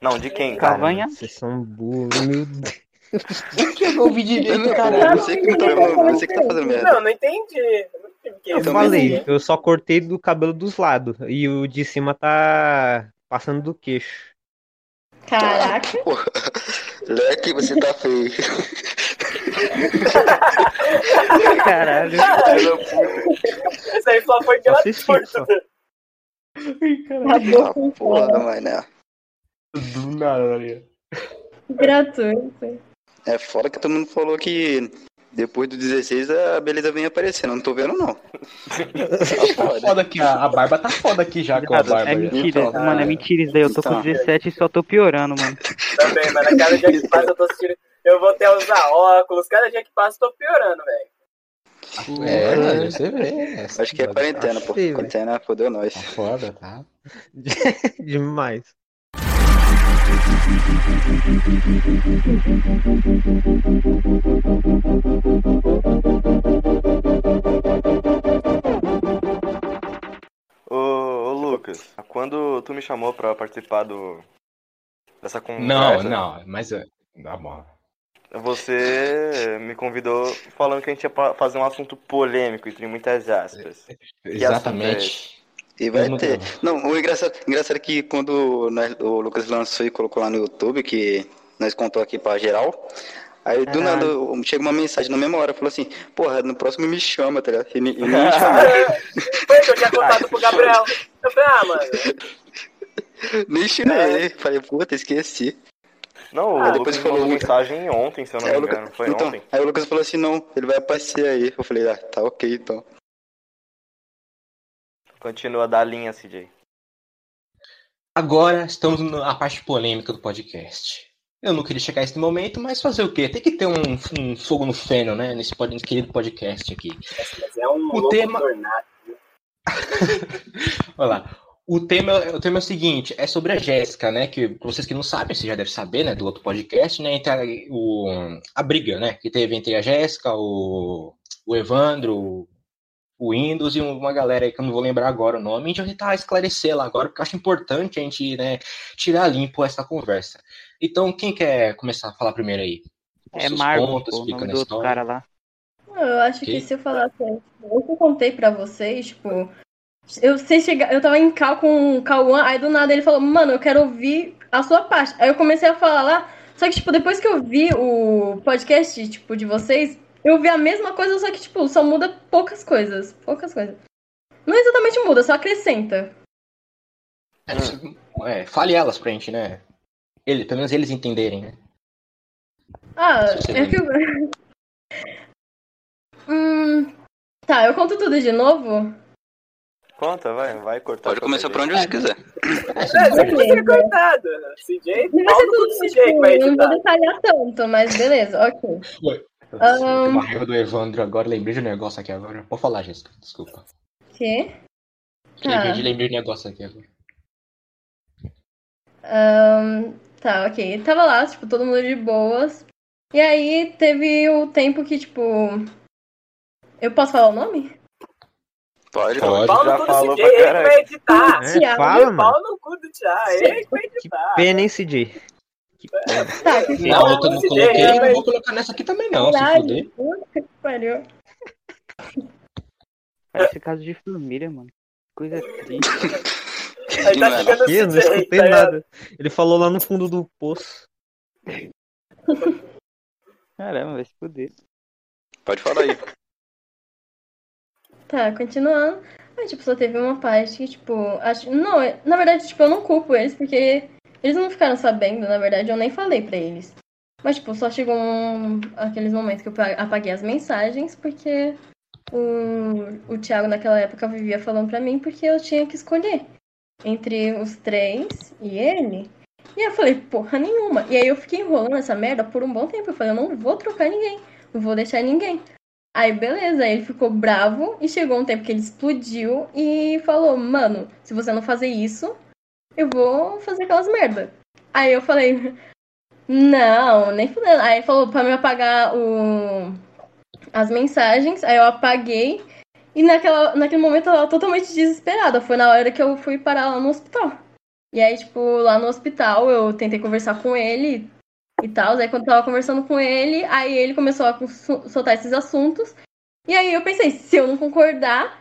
S5: Não, de quem,
S8: Tá.
S5: cara?
S3: Cavanha.
S8: Vocês são burros, meu Deus.
S1: Que eu não ouvi direito, cara.
S6: Você que tá falando, você que tá fazendo merda.
S4: não, não entendi. Não tive é que
S8: Eu
S6: também
S8: falei,
S6: não.
S8: eu só cortei do cabelo dos lados. E o de cima tá passando do queixo.
S7: Caraca.
S6: Porra. Leque, você tá feio.
S8: Caralho.
S4: Tá
S6: Filho da puta.
S4: Isso aí só foi
S8: Só vocês
S4: gratuito.
S8: ficam, só.
S4: tá
S6: Ah,
S7: Acabou com
S6: Porra, né?
S7: fome.
S6: mané.
S1: Do nada, né?
S7: Gratuito.
S6: É fora que todo mundo falou que depois do 16 a beleza vem aparecendo. Eu Não tô vendo, não. Tá
S1: Tá
S6: foda.
S1: foda aqui, a, a barba tá foda aqui já com a barba. Tá.
S3: É
S1: já.
S3: mentira,
S6: Então,
S3: mano, é
S6: cara.
S3: mentira isso daí. Eu tô com
S6: Então.
S3: 17 e só tô piorando, mano.
S4: Também, mano. A cada dia que passa eu tô assistindo. Eu vou até usar óculos. Cada dia que passa eu tô piorando, velho.
S1: É, mano, você vê. é,
S6: Acho que é
S1: tá
S6: quarentena, pô.
S8: Sim, velho.
S6: Quarentena fodeu nós.
S1: Foda, tá?
S8: Demais.
S5: Ô, ô, Lucas, quando tu me chamou pra participar do... dessa
S1: Não,
S5: conversa,
S1: não, mas. é, Tá bom.
S5: você me convidou falando que a gente ia pa- fazer um assunto polêmico, entre muitas aspas.
S1: Exatamente.
S6: assim, é, E vai
S1: Mesmo
S6: ter.
S1: tempo.
S6: Não, o engraçado, engraçado é que quando nós- o Lucas lançou e colocou lá no YouTube, que nós contou aqui pra geral, aí do nada eu- chega uma mensagem na mesma hora, falou assim, porra, no próximo me chama, tá ligado? E, ni- e ninguém me chamou,
S4: Foi que eu tinha contado pro Gabriel. Eu falei, ah, mano.
S6: nem chinei. Falei, puta, esqueci.
S5: Não, o
S4: Ah,
S5: Lucas
S6: depois
S5: me mandou
S6: falou-
S5: mensagem ontem, se eu não
S6: Aí
S5: me
S6: o Lucas-
S5: engano. Foi
S6: então,
S5: ontem.
S6: aí o Lucas falou assim, não, ele vai aparecer aí. Eu falei, ah, tá ok então.
S5: Continua da linha, CJ.
S1: Agora estamos na parte polêmica do podcast. Eu não queria chegar a esse momento, mas fazer o quê? Tem que ter um, um fogo no feno, né? Nesse pod- nesse querido podcast aqui.
S4: Mas é um
S1: O
S4: louco
S1: tema-
S4: tornado. né?
S1: Olha lá. O tema, o tema é o seguinte, é sobre a Jéssica, né? Que pra vocês que não sabem, vocês já devem saber, né? Do outro podcast, né? Entre a, o, a briga, né? Que teve entre a Jéssica, o, o Evandro, o Windows e uma galera aí que eu não vou lembrar agora o nome. A gente vai tentar esclarecer lá agora, porque eu acho importante a gente, né? Tirar limpo essa conversa. Então, quem quer começar a falar primeiro aí? Os
S3: É
S1: seus
S3: Marvel,
S1: pontos,
S3: pô, o
S1: fica
S3: nome
S1: na
S3: do outro
S1: história.
S3: cara lá.
S7: Eu acho
S1: Ok.
S7: que se eu falasse antes, eu que contei pra vocês, tipo, eu sei chegar, eu tava em cal com o Cauã, aí do nada ele falou, mano, eu quero ouvir a sua parte. Aí eu comecei a falar lá, só que, tipo, depois que eu vi o podcast, tipo, de vocês, eu vi a mesma coisa, só que, tipo, só muda poucas coisas. Poucas coisas. Não exatamente muda, só acrescenta.
S1: É, você- é, fale elas pra gente, né? Ele, pelo menos eles entenderem, né?
S7: Ah,
S1: Sim.
S7: é que eu. hum. Tá, eu conto tudo de novo?
S5: Conta, vai, vai cortar.
S6: Pode
S5: pra
S6: começar
S5: CJ.
S6: pra onde você
S1: É,
S6: quiser.
S1: você
S4: É, isso
S1: não-
S4: aqui vai ser cortado. CJ,
S7: Não vai
S4: pau
S7: ser
S4: no cu do
S7: é tudo,
S4: CJ que vai
S7: tipo, não vou
S4: editar.
S7: detalhar tanto, mas beleza, ok.
S1: Nossa, eu tenho
S7: Ahn.
S1: uma raiva do Evandro agora, lembrei de um negócio aqui agora. Pode falar, Jéssica, desculpa.
S7: Que? Ah. Tá,
S1: Lembrei de lembrei de um negócio aqui agora.
S7: Ahn, tá, ok. Tava lá, tipo, todo mundo de boas. E aí teve o tempo que, tipo. Eu posso falar o nome?
S6: Pode.
S1: Pode.
S4: Pau
S5: Já
S4: no cu do
S5: falou
S4: CJ, ele
S5: pra
S4: que
S5: caralho.
S4: vai editar.
S8: É,
S7: Thiago,
S8: fala, mano.
S4: Pau no cu do Thiago, ele que vai editar.
S8: Pena, hein, CJ? Que porra.
S7: Tá,
S1: Não, eu não
S4: mas
S1: coloquei,
S4: ideia,
S1: não
S4: mas-
S1: vou colocar nessa aqui também não, se
S7: caralho,
S1: fuder.
S7: puta que pariu.
S3: Parece caso de família, mano. Coisa triste.
S4: Aí tá chegando
S8: Que? Eu não escutei
S4: tá ligado?
S8: nada. Ele falou lá no fundo do poço.
S3: Caramba, vai se fuder.
S6: Pode falar aí.
S7: Tá, continuando. Mas, tipo, só teve uma parte que, tipo, acho. Não, é- na verdade, tipo, eu não culpo eles, porque eles não ficaram sabendo, na verdade, eu nem falei pra eles. Mas, tipo, só chegou um... aqueles momentos que eu pa- apaguei as mensagens, porque o... o Thiago naquela época vivia falando pra mim, porque eu tinha que escolher entre os três e ele. E eu falei, porra nenhuma. E aí eu fiquei enrolando essa merda por um bom tempo. Eu falei, eu não vou trocar ninguém, não vou deixar ninguém. Aí, beleza, aí ele ficou bravo e chegou um tempo que ele explodiu e falou: Mano, se você não fazer isso, eu vou fazer aquelas merda. Aí eu falei: Não, nem fudendo. Aí ele falou pra me apagar o... as mensagens, aí eu apaguei. E naquela, naquele momento eu tava totalmente desesperada. Foi na hora que eu fui parar lá no hospital. E aí, tipo, lá no hospital eu tentei conversar com ele e tal. Aí quando eu tava conversando com ele, aí ele começou a su- soltar esses assuntos. E aí eu pensei, se eu não concordar,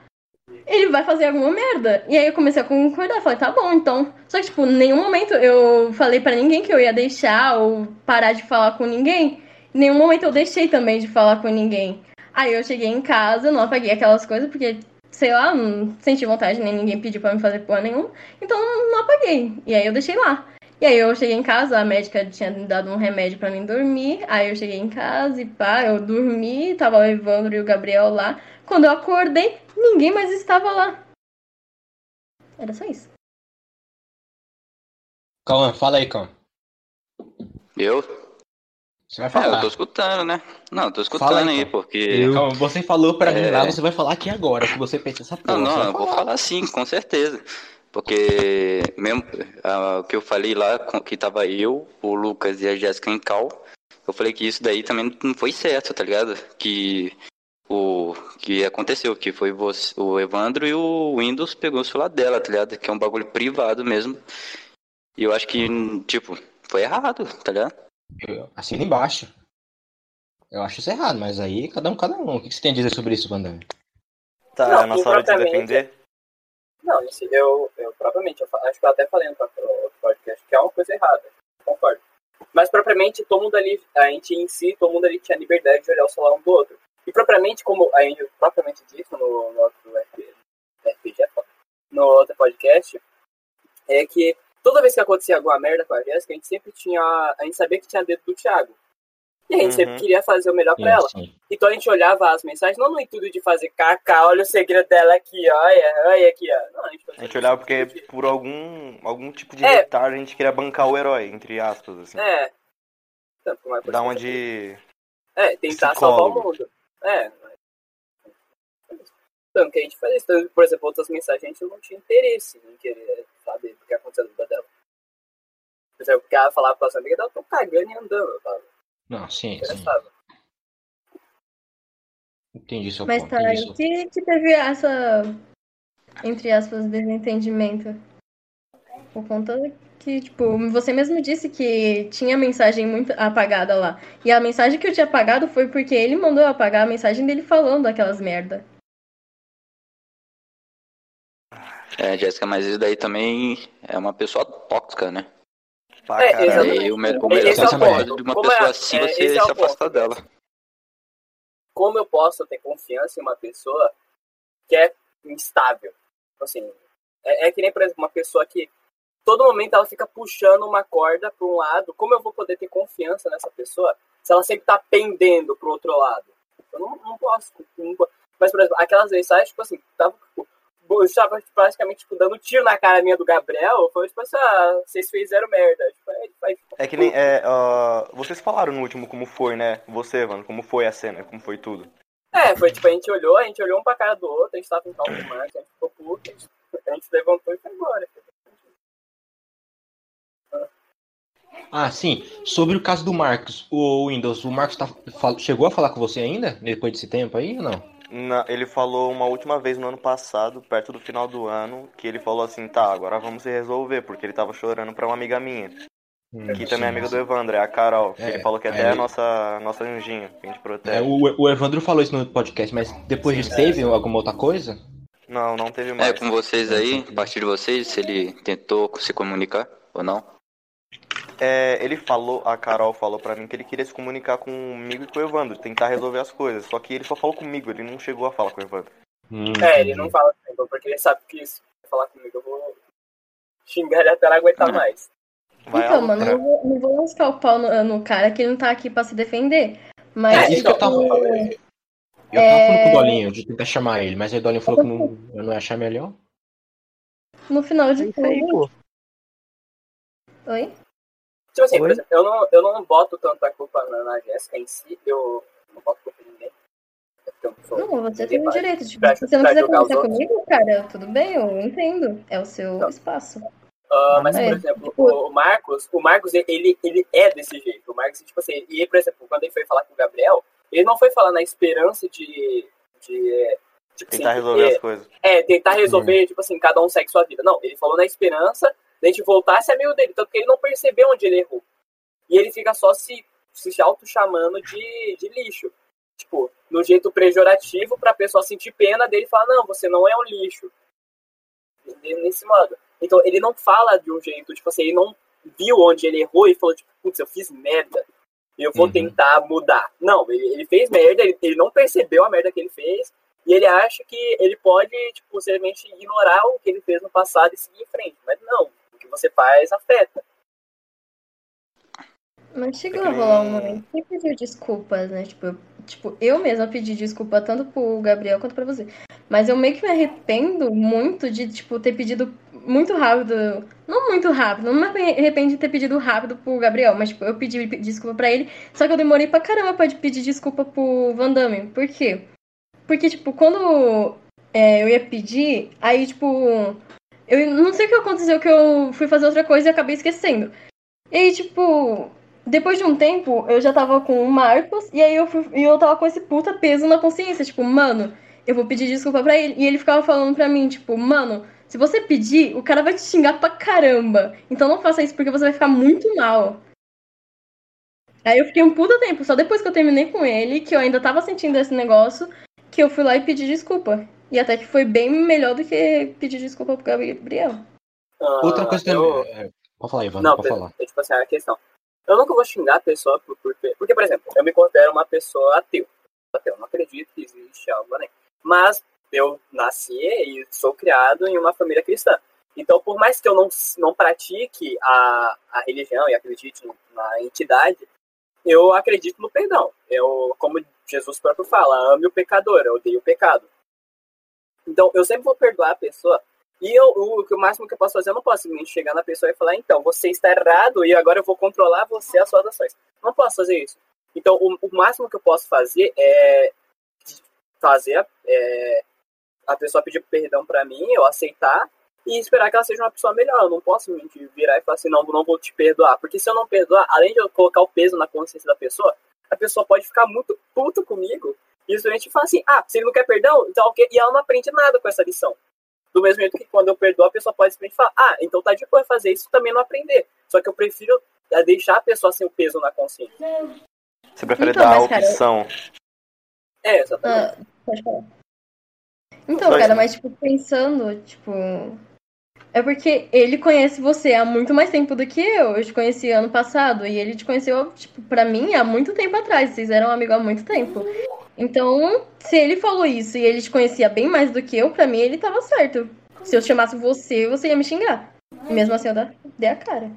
S7: ele vai fazer alguma merda. E aí eu comecei a concordar, falei, tá bom, então. Só que, tipo, em nenhum momento eu falei pra ninguém que eu ia deixar ou parar de falar com ninguém. Em nenhum momento eu deixei também de falar com ninguém. Aí eu cheguei em casa, não apaguei aquelas coisas, porque, sei lá, não senti vontade, nem ninguém pediu pra me fazer porra nenhuma. Então não apaguei. E aí eu deixei lá. E aí eu cheguei em casa, a médica tinha me dado um remédio pra mim dormir. Aí eu cheguei em casa e pá, eu dormi, tava o Evandro e o Gabriel lá. Quando eu acordei, ninguém mais estava lá. Era só isso.
S1: Cauã, fala aí, Cauã.
S6: Eu?
S1: Você vai
S6: É, eu
S1: falar.
S6: tô escutando, né? Não, eu tô escutando
S1: Fala aí,
S6: aí,
S1: então.
S5: É,
S6: porque.
S1: Cauã, você falou pra mim
S6: É.
S1: lá, você vai falar aqui agora, que você pensa essa porra.
S6: Não,
S1: você
S6: não,
S1: vai
S6: eu vou
S1: falar.
S6: falar sim, com certeza. Porque mesmo ah, o que eu falei lá, com- que tava eu, o Lucas e a Jéssica em cal, eu falei que isso daí também não foi certo, tá ligado? Que o que aconteceu, que foi você- o Evandro e o Windows pegou o celular dela, tá ligado? Que é um bagulho privado mesmo. E eu acho que, tipo, foi errado, tá ligado?
S1: Eu- Assina embaixo. Eu acho isso errado, mas aí cada um, cada um. O que que você tem a dizer sobre isso, Vandana?
S5: Tá
S4: Não,
S5: na sua hora de se
S4: exatamente.
S5: defender?
S4: Não, isso eu, eu propriamente, eu fa- acho que eu até falei no próprio outro podcast que é uma coisa errada, concordo. Mas propriamente todo mundo ali, a gente em si, todo mundo ali tinha liberdade de olhar o celular um do outro. E propriamente, como a gente propriamente disse no, no outro F- FG, no outro podcast, é que toda vez que acontecia alguma merda com a Jéssica, a gente sempre tinha. A gente sabia que tinha dedo do Thiago. E a gente sempre
S5: Uhum.
S4: queria fazer o melhor pra ela.
S1: Sim, sim.
S4: Então a gente olhava as mensagens, não no intuito de fazer caca, olha o segredo dela aqui, olha, olha aqui, ó. Não, a gente, fazia
S5: A gente olhava
S4: isso
S5: porque por algum, algum tipo de
S4: É.
S5: retardo a gente queria bancar o herói, entre aspas, assim.
S4: É. Tanto como é
S5: Dar uma de.
S4: É, tentar salvar o
S5: psicólogo.
S4: mundo. É. Tanto que a gente faz isso. Tanto que, Por exemplo, outras mensagens a gente não tinha interesse em querer saber o que aconteceu na vida dela. Por exemplo, porque ela falava com as amigas dela, tô cagando e andando. Eu tava
S1: Não, sim, sim.
S4: interessado.
S1: Entendi seu
S7: Mas
S1: ponto.
S7: tá,
S1: entendi
S7: aí
S1: seu-
S7: que, que teve essa, entre aspas, desentendimento. Por conta que, tipo, você mesmo disse que tinha mensagem muito apagada lá. E a mensagem que eu tinha apagado foi porque ele mandou eu apagar a mensagem dele falando aquelas merda.
S6: É, Jéssica, mas isso daí também é uma pessoa tóxica, né?
S5: Pá,
S4: É,
S5: caralho.
S4: exatamente.
S6: E o, me- o melhor
S1: Esse é o
S6: tratamento
S4: ponto.
S6: de uma
S4: Como
S6: pessoa
S4: é-
S6: assim
S4: é,
S6: você
S4: esse é o
S6: se afastar
S4: ponto.
S6: dela.
S4: Como eu posso ter confiança em uma pessoa que é instável? Assim, é, é que nem, por exemplo, uma pessoa que todo momento ela fica puxando uma corda para um lado. Como eu vou poder ter confiança nessa pessoa se ela sempre tá pendendo pro outro lado? Eu não, não posso. não po- Mas, por exemplo, aquelas mensagens, tipo assim, tava, tipo, eu estava praticamente tipo, dando tiro na cara minha do Gabriel. Foi tipo assim, ah, vocês fizeram merda. Tipo, é, tipo, aí, tipo,
S5: É que nem. É, ah, vocês falaram no último como foi, né? Você, mano, como foi a cena, como foi tudo.
S4: É, foi tipo, a gente olhou, a gente olhou um pra cara do outro, a gente tava em calma demais, a gente ficou puto, a gente- a gente levantou e foi embora.
S1: Ah, sim. Sobre o caso do Marcos, o Windows, o Marcos tá- fal- chegou a falar com você ainda? Depois desse tempo aí ou não?
S5: Na- ele falou uma última vez no ano passado, perto do final do ano, que ele falou assim: tá, agora vamos se resolver, porque ele tava chorando pra uma amiga minha.
S4: Hum,
S5: Que também é amiga do Evandro, é a Carol. que
S1: É,
S5: ele falou que até
S1: aí-
S5: é a nossa, nossa anjinha, que a gente protege.
S1: É, o, o Evandro falou isso no podcast, mas depois disso teve alguma outra coisa?
S5: Não, não teve mais.
S6: É com vocês aí, a partir de vocês, se ele tentou se comunicar ou não.
S5: É, ele falou, a Carol falou pra mim que ele queria se comunicar comigo e com o Evandro, tentar resolver as coisas. Só que ele só falou comigo, ele não chegou a falar com o Evandro.
S4: É, ele não fala comigo, porque ele sabe que se falar comigo, eu vou xingar ele até não aguentar
S7: Uhum.
S6: É.
S4: mais.
S5: Vai
S7: então,
S5: à
S7: mano,
S5: outra.
S7: não vou, não vou lascar o pau no, no cara que ele não tá aqui pra se defender. Mas.
S1: É, isso que eu tava
S4: então,
S7: tipo,
S1: falando. Eu tava falando com o Dolinho de tentar chamar ele, mas aí o Dolinho falou que não, eu não ia achar melhor.
S7: No final
S3: É
S7: de
S3: isso aí,
S7: tudo.
S3: pô.
S7: Oi?
S4: Tipo assim, por
S3: Oi?
S4: exemplo, eu não, eu não boto tanta culpa na, na Jéssica em si, eu não boto culpa em ninguém. porque eu sou-
S7: Não, você
S4: ninguém
S7: tem o
S4: mais.
S7: direito. Tipo,
S4: Pra-
S7: se você não
S4: pra
S7: quiser
S4: jogar
S7: conversar
S4: os outros.
S7: comigo, cara, tudo bem, eu entendo. É o seu espaço.
S4: Ah, mas,
S7: É,
S4: por exemplo,
S7: tipo-
S4: o o Marcos, o Marcos, ele, ele é desse jeito. O Marcos, tipo assim, e, por exemplo, quando ele foi falar com o Gabriel, ele não foi falar na esperança de. de é, tipo
S5: Tentar
S4: assim,
S5: resolver
S4: é,
S5: as coisas.
S4: É, tentar resolver, tipo assim, cada um segue sua vida. Não, ele falou na esperança de a gente voltar a ser amigo dele, tanto que ele não percebeu onde ele errou. E ele fica só se, se auto-chamando de, de lixo. Tipo, no jeito pejorativo pra pessoa sentir pena dele e falar, não, você não é um lixo. Ele- Nesse modo. Então, ele não fala de um jeito, tipo assim, ele não viu onde ele errou e falou, tipo, putz, eu fiz merda. Eu vou
S1: Uhum.
S4: tentar mudar. Não, ele, ele fez merda, ele- ele não percebeu a merda que ele fez. E ele acha que ele pode, tipo, simplesmente ignorar o que ele fez no passado e seguir em frente. Mas não, o que você faz afeta.
S7: Mas chegou
S5: É que
S7: a
S5: nem-
S7: rolar um momento que pediu desculpas, né? Tipo, eu, tipo, eu mesma pedi desculpa tanto pro Gabriel quanto pra você. Mas eu meio que me arrependo muito de, tipo, ter pedido muito rápido. Não muito rápido, não me arrependo de ter pedido rápido pro Gabriel, mas tipo, eu pedi desculpa pra ele. Só que eu demorei pra caramba pra pedir desculpa pro Van Damme. Por quê? Porque, tipo, quando é, eu ia pedir, aí, tipo. Eu não sei o que aconteceu, que eu fui fazer outra coisa e acabei esquecendo. E aí, tipo, depois de um tempo, eu já tava com o Marcos, e aí eu, fui- e eu tava com esse puta peso na consciência, tipo, mano, eu vou pedir desculpa pra ele. E ele ficava falando pra mim, tipo, mano, se você pedir, o cara vai te xingar pra caramba. Então não faça isso porque você vai ficar muito mal. Aí eu fiquei um puta tempo, só depois que eu terminei com ele, que eu ainda tava sentindo esse negócio, que eu fui lá e pedi desculpa. E até que foi bem melhor do que pedir desculpa pro Gabriel.
S4: Ah,
S1: Outra coisa também.
S4: eu-
S1: é, Pode falar, Evandro,
S4: Não,
S1: pode falar.
S4: é tipo assim, a questão. Eu nunca vou xingar a pessoa por, por, porque, por exemplo, eu me considero uma pessoa ateu. Ateu, não acredito que existe algo além. Mas eu nasci e sou criado em uma família cristã. Então, por mais que eu não, não pratique a, a religião e acredite na entidade, eu acredito no perdão. Eu, como Jesus próprio fala, ame o pecador, eu odeio o pecado. Então, eu sempre vou perdoar a pessoa e eu, o, o máximo que eu posso fazer, eu não posso simplesmente chegar na pessoa e falar, então, você está errado e agora eu vou controlar você e as suas ações. Não posso fazer isso. Então, o, o máximo que eu posso fazer é fazer é, a pessoa pedir perdão pra mim, eu aceitar e esperar que ela seja uma pessoa melhor. Eu não posso simplesmente virar e falar assim, não, não vou te perdoar. Porque se eu não perdoar, além de eu colocar o peso na consciência da pessoa, a pessoa pode ficar muito puto comigo e simplesmente falar assim, ah, se ele não quer perdão, então ok. E ela não aprende nada com essa lição. Do mesmo jeito que quando eu perdoo, a pessoa pode simplesmente falar, ah, então tá de boa fazer isso e também não aprender. Só que eu prefiro eh, deixar a pessoa sem o peso na consciência.
S5: Você prefere
S7: Então,
S5: dar a
S7: mas, cara,
S5: opção.
S4: É, exatamente.
S7: Ah, pode falar. Então,
S5: Só
S7: cara,
S5: isso.
S7: mas tipo, pensando, tipo. É porque ele conhece você há muito mais tempo do que eu. Eu te conheci ano passado e ele te conheceu, tipo, pra mim há muito tempo atrás. Vocês eram amigos há muito tempo. Então, se ele falou isso e ele te conhecia bem mais do que eu, pra mim ele tava certo. Se eu chamasse você, você ia me xingar. E mesmo assim eu da- dei a cara.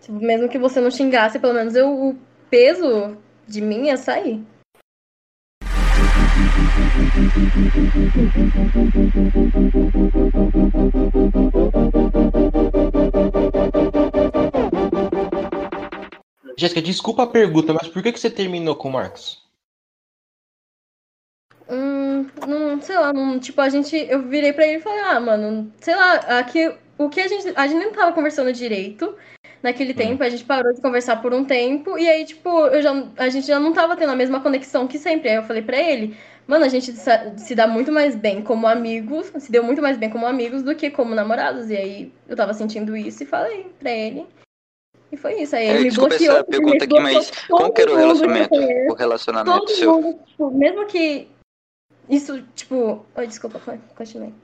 S7: Tipo, mesmo que você não xingasse, pelo menos eu, o peso de mim ia sair.
S1: Jéssica, desculpa a pergunta, mas por que, que você terminou com o Marcos?
S7: Hum, não, sei lá, não, tipo, a gente, eu virei pra ele e falei, ah, mano, sei lá, aqui, o que a gente, a gente não tava conversando direito
S6: Hum.
S7: naquele tempo, a gente parou de conversar por um tempo, e aí, tipo, eu já, a gente já não tava tendo a mesma conexão que sempre, aí eu falei pra ele, mano, a gente sa- se dá muito mais bem como amigos, se deu muito mais bem como amigos do que como namorados, e aí eu tava sentindo isso e falei pra ele, E foi isso. Aí
S6: É,
S7: ele me
S6: desculpa
S7: bloqueou.
S6: essa
S7: ele me
S6: pergunta aqui,
S7: bloqueou
S6: mas
S7: todo
S6: como que era o
S7: mundo que eu
S6: relacionamento?
S7: conheço.
S6: O relacionamento
S7: Todo
S6: seu.
S7: mundo, tipo, mesmo que isso, tipo. Oi, desculpa, foi, continuei.